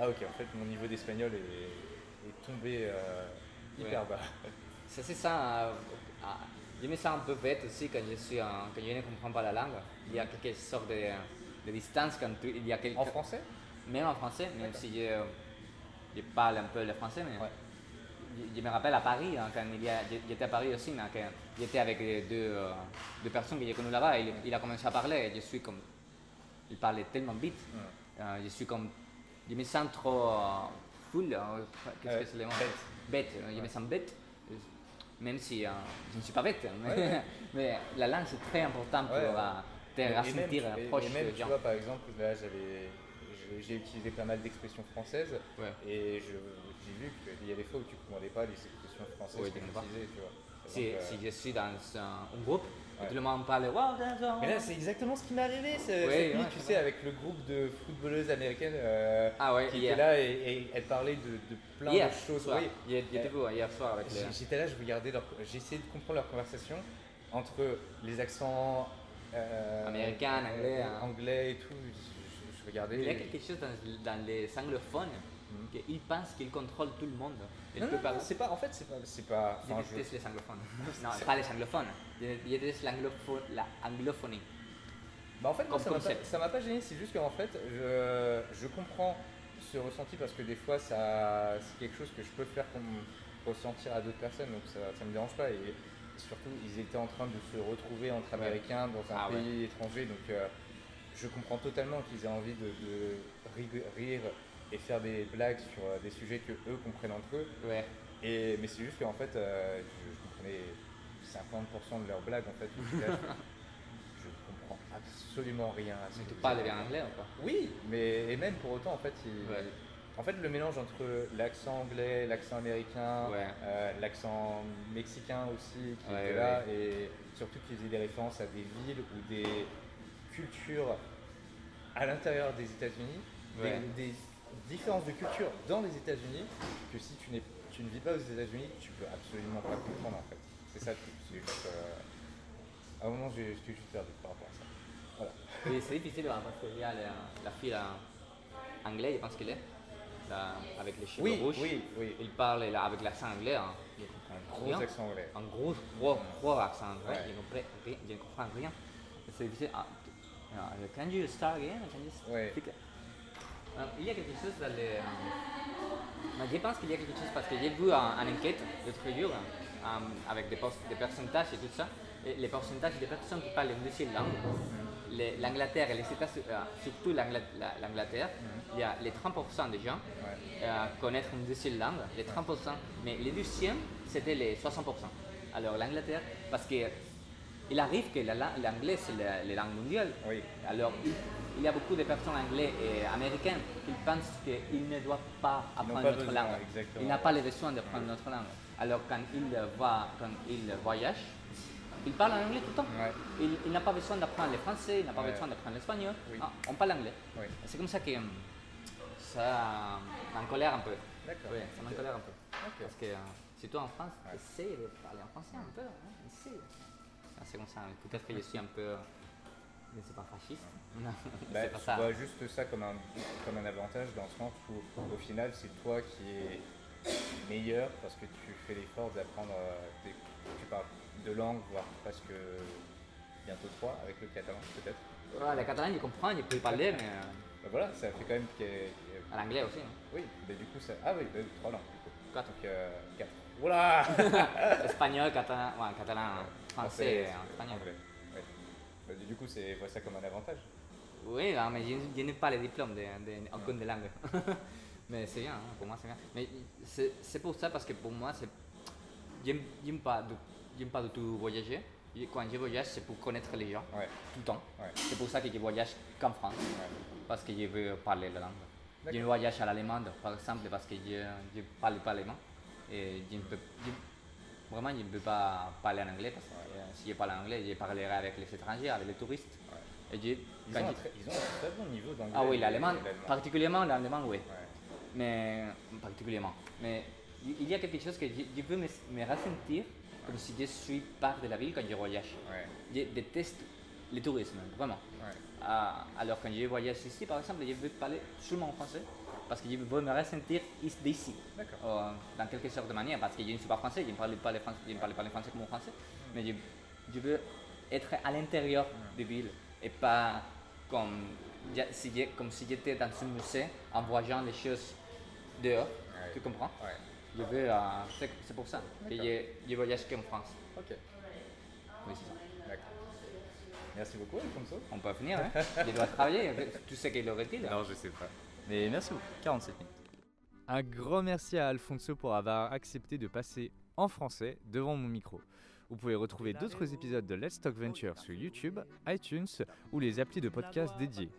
S2: ah ok, en fait, mon niveau d'espagnol est, est tombé euh, hyper
S3: Ouais.
S2: bas.
S3: Ça, c'est ça. euh, ah, je me sens un peu bête aussi quand je, suis, en- quand je ne comprends pas la langue. Il y a quelque sorte de, de distance quand tu- il y a quelque...
S2: En français
S3: Même en français, même
S2: D'accord.
S3: si je, je parle un peu le français, mais
S2: Ouais.
S3: je, je me rappelle à Paris, hein, quand il y a- j'- j'étais à Paris aussi, mais quand j'étais avec les deux, euh, deux personnes que j'ai connues là-bas, il, il a commencé à parler, et je suis comme. Il parlait tellement vite,
S2: Ouais.
S3: euh, je suis comme. Je me sens trop euh, full, euh, qu'est-ce
S2: Euh,
S3: que c'est le mot
S2: bête.
S3: Bête, euh, je me
S2: Ouais.
S3: sens bête, euh, même si euh, je ne suis pas bête, hein, mais,
S2: Ouais, ouais.
S3: mais la langue c'est très important pour
S2: Ouais, ouais.
S3: euh, te
S2: Et- et même,
S3: ressentir
S2: tu- et-
S3: proche
S2: et même,
S3: des
S2: tu
S3: gens.
S2: vois, par exemple, là, j'avais, j'ai- j'ai utilisé pas mal d'expressions françaises
S3: Ouais.
S2: et je- j'ai vu qu'il y a des fois où tu comprenais pas les expressions françaises
S3: Oui,
S2: que
S3: tu comprends pas.
S2: j'utilisais, tu vois. Par
S3: si,
S2: exemple, euh,
S3: si je suis dans un, un groupe et
S2: Ouais.
S3: tout le monde parle Wow, that's all.
S2: Mais là, c'est exactement ce qui m'est arrivé ce- cette
S3: Ouais,
S2: nuit,
S3: ouais,
S2: tu
S3: c'est
S2: sais,
S3: vrai.
S2: avec le groupe de footballeuses américaines euh,
S3: Ah ouais,
S2: qui
S3: hier.
S2: était là et, et elle parlait de, de plein
S3: hier
S2: de choses.
S3: soir.
S2: Oui.
S3: Hier, j'étais vous, hein, hier soir avec les...
S2: J'- J'étais là, je regardais leur, j'essayais de comprendre leur conversation entre les accents euh,
S3: Américains, anglais, hein.
S2: anglais et tout. Je, je- je regardais.
S3: Il y a quelque chose dans, dans les anglophones qu'ils pensent qu'ils contrôlent tout le monde. Ils
S2: Hmm. Non, non,
S3: peuvent
S2: non,
S3: parler.
S2: c'est pas. En fait, c'est pas. C'est pas.
S3: Je
S2: Enfin, je-
S3: déteste les anglophones. non, pas les anglophones. Je je déteste l'anglopho- la anglophonie.
S2: Bah, en fait, moi,
S3: Comme
S2: ça m'a
S3: concept.
S2: pas- ça m'a pas gêné. C'est juste qu'en fait, je, je comprends ce ressenti parce que des fois, ça, c'est quelque chose que je peux faire comme ressentir à d'autres personnes, donc ça, ça me dérange pas. Et surtout, ils étaient en train de se retrouver entre
S3: Ouais.
S2: Américains dans un
S3: Ah ouais.
S2: pays étranger, donc euh, je comprends totalement qu'ils aient envie de, de rig- rire et faire des blagues sur euh, des sujets que eux comprennent entre eux.
S3: Ouais.
S2: Et, mais c'est juste qu'en fait, euh, je, je comprenais 50% de leurs blagues en fait. où j'étais là, je, je comprends absolument rien à ce
S3: Mais
S2: que
S3: tu
S2: vous
S3: parles
S2: avez
S3: bien
S2: dit.
S3: anglais ou pas
S2: Oui, mais et même pour autant en fait, il-
S3: Ouais.
S2: en fait le mélange entre l'accent anglais, l'accent américain,
S3: Ouais.
S2: euh, l'accent mexicain aussi qui
S3: Ouais,
S2: était là et surtout qu'ils faisaient des références à des villes ou des cultures à l'intérieur des États-Unis, des-
S3: Ouais.
S2: des, différences de culture dans les États-Unis que si tu, n'es- tu ne vis pas aux États-Unis, tu peux absolument pas comprendre en fait. C'est ça le truc. c'est juste, euh, à un moment, j'ai- j'étais juste perdu par rapport à ça. Voilà.
S3: Oui, c'est difficile hein, parce qu'il y a la, la fille là, anglaise, je pense qu'elle est, là, avec les cheveux
S2: Oui,
S3: rouges.
S2: oui, oui.
S3: Il parle là, avec l'accent anglais. hein. Je comprends
S2: Un gros
S3: rien.
S2: accent anglais.
S3: Un gros, gros, gros accent anglais.
S2: Ouais.
S3: Je, comprends rien, je ne comprends rien. C'est difficile. Ah, tu- ah, can you start again? Can you speak-
S2: Ouais.
S3: Euh, Il y a quelque chose dans les. euh, je pense qu'il y a quelque chose parce que j'ai vu un- une enquête l'autre jour hein, euh, avec des, por- des pourcentages et tout ça. Et les pourcentages des personnes qui parlent une seule langue, les- l'Angleterre et les États-Unis, surtout l'Angla- la- l'Angleterre, il y a les 30% des gens
S2: Mhm. Ouais.
S3: euh, connaître une deuxième langue, les 30%, mais les deuxièmes, c'était les 60%. Alors l'Angleterre, parce que il arrive que la la- l'anglais, c'est la, la langue mondiale.
S2: Oui.
S3: Alors il- il y a beaucoup de personnes anglaises et américaines qui pensent qu'ils ne doivent pas
S2: n'ont
S3: apprendre
S2: pas
S3: notre
S2: besoin,
S3: langue.
S2: exactement.
S3: Ils n'ont pas le besoin d'apprendre notre langue. Alors quand ils voient, quand ils voyagent, ils parlent en anglais tout le temps.
S2: Ouais.
S3: Ils Il, n'a pas besoin d'apprendre le français, il n'a pas
S2: Ouais.
S3: besoin d'apprendre l'espagnol.
S2: Oui.
S3: Ah, on parle anglais.
S2: Oui.
S3: C'est comme ça que hum, ça m'encolère un peu.
S2: D'accord.
S3: Oui, ça m'encolère un peu.
S2: Ok.
S3: Parce que euh, surtout en France,
S2: Ouais.
S3: essaye de parler en français un peu. hein, essaye. Ah, C'est comme ça. Peut-être que je suis un peu. euh, Je ne sais pas, fasciste. Non,
S2: Bah,
S3: c'est pas ça.
S2: Tu vois juste ça comme un, comme un avantage dans le sens où, au final, c'est toi qui es meilleur parce que tu fais l'effort d'apprendre, euh, des- tu parles deux langues, voire presque bientôt trois, avec le catalan peut-être.
S3: Ouais, le catalan, je comprends, je peux y parler, mais euh,
S2: Bah voilà, ça fait quand même. qu'il y ait- qu'il y ait-
S3: à l'anglais aussi. hein.
S2: Oui, mais du coup, ça. Ah oui, bah oui, trois langues du coup.
S3: Quatre.
S2: Donc, euh, quatre. Voilà
S3: Espagnol, catalan, ouais, catalan,
S2: Ah,
S3: français,
S2: Français,
S3: euh, espagnol.
S2: anglais. Ouais. Bah, du coup, c'est vois ça comme un avantage.
S3: Oui, hein, mais je, je n'ai pas les diplômes de, de- aucune des langues. mais c'est bien, hein, pour moi c'est bien. Mais c'est c'est pour ça parce que pour moi, c'est j'aime j'aime pas, du- j'aime pas du tout voyager. Et Quand je voyage, c'est pour connaître les gens
S2: Ouais.
S3: tout le temps.
S2: Ah. Ouais.
S3: C'est pour ça que je voyage qu'en France,
S2: Ouais.
S3: parce que je veux parler la langue. Je
S2: D'accord.
S3: voyage à l'allemande, par exemple, parce que je ne parle pas allemand. Et je ne peux, je- vraiment, je ne peux pas parler en anglais, parce que euh, si je parle en anglais, je parlerai avec les étrangers, avec les touristes. Et je-
S2: Ils,
S3: quand
S2: ont un
S3: je-
S2: très, ils ont un très bon niveau d'anglais.
S3: ah oui,
S2: et
S3: l'allemand,
S2: d'allemand.
S3: particulièrement l'allemand, oui.
S2: Ouais.
S3: Mais particulièrement. Mais il il y a quelque chose que je, je veux me, me ressentir comme si je suis part de la ville quand je voyage.
S2: Ouais.
S3: Je déteste le tourisme, vraiment.
S2: Ouais.
S3: Ah, alors quand je voyage ici, par exemple, je veux parler seulement en français parce que je veux me ressentir is- d'ici.
S2: D'accord.
S3: Euh, dans quelque sorte de manière, parce que je ne suis pas français, je ne parle pas le français, je ne parle pas le français comme un français,
S2: Mm.
S3: mais je, je veux être à l'intérieur des villes et pas comme, ja- si j'ai- comme si j'étais dans un musée en voyant les choses dehors.
S2: Ouais.
S3: Tu comprends
S2: Ouais.
S3: Je veux, euh, c'est c'est pour ça que
S2: D'accord.
S3: je, je voyage qu'en France.
S2: Ok.
S3: Oui, c'est ça.
S2: D'accord. Merci beaucoup, Alfonso.
S3: On peut finir, hein Je dois travailler, tu sais qu'il aurait dit là.
S2: je sais pas.
S4: Mais merci beaucoup, 47 minutes. Un grand merci à Alfonso pour avoir accepté de passer en français devant mon micro. Vous pouvez retrouver d'autres épisodes de Let's Talk Venture sur YouTube, iTunes ou les applis de podcast dédiés.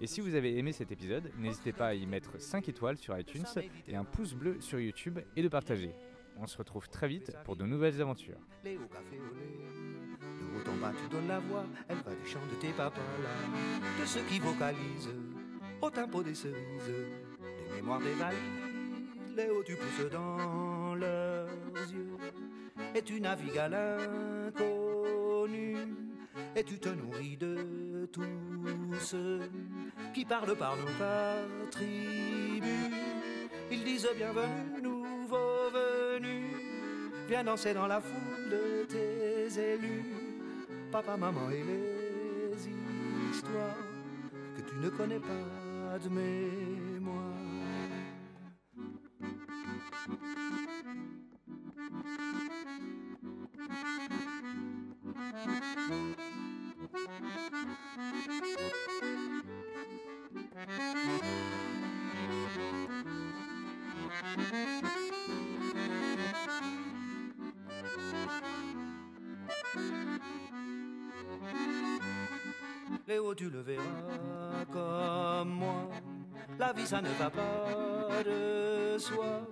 S4: Et si vous avez aimé cet épisode, n'hésitez pas à y mettre 5 étoiles sur iTunes et un pouce bleu sur YouTube et de partager. On se retrouve très vite pour de nouvelles aventures.
S1: lait au café au lait. Le haut en bas, tu donnes la voix, elle va du chant de tes papins là, de ceux qui vocalisent au tempo des cerises, des mémoires des valises. Les hauts, tu pousses dans leurs yeux, et tu navigues à l'inconnu, et tu te nourris de tous ceux qui parlent par nos patribus. Ils disent bienvenue, nouveau venu. Viens danser dans la foule de tes élus. Papa, maman et les histoires que tu ne connais pas de mémoire. Léo, tu le verras comme moi. La vie, ça ne va pas de soi.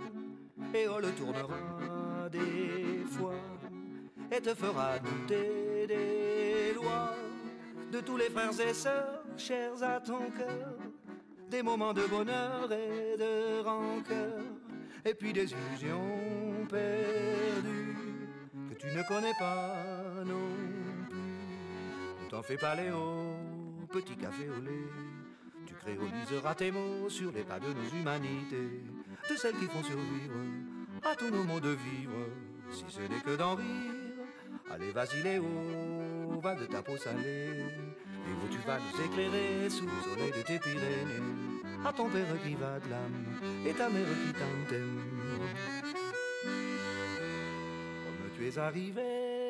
S1: Et on le tournera des fois. Et te fera douter des lois. De tous les frères et sœurs, chers à ton cœur. Des moments de bonheur et de rancœur. Et puis des illusions perdues que tu tu ne connais pas non plus. T'en fais pas, Léo, petit café au lait. Tu créoliseras tes mots sur les pas de nos humanités, de celles qui font survivre à tous nos mots de vivre, si ce n'est que d'en rire. Allez, vas-y, Léo, va de ta peau salée, et où tu vas nous éclairer sous le soleil de tes Pyrénées, à ton père qui va de l'âme et ta mère qui t'entend. Comme tu es arrivé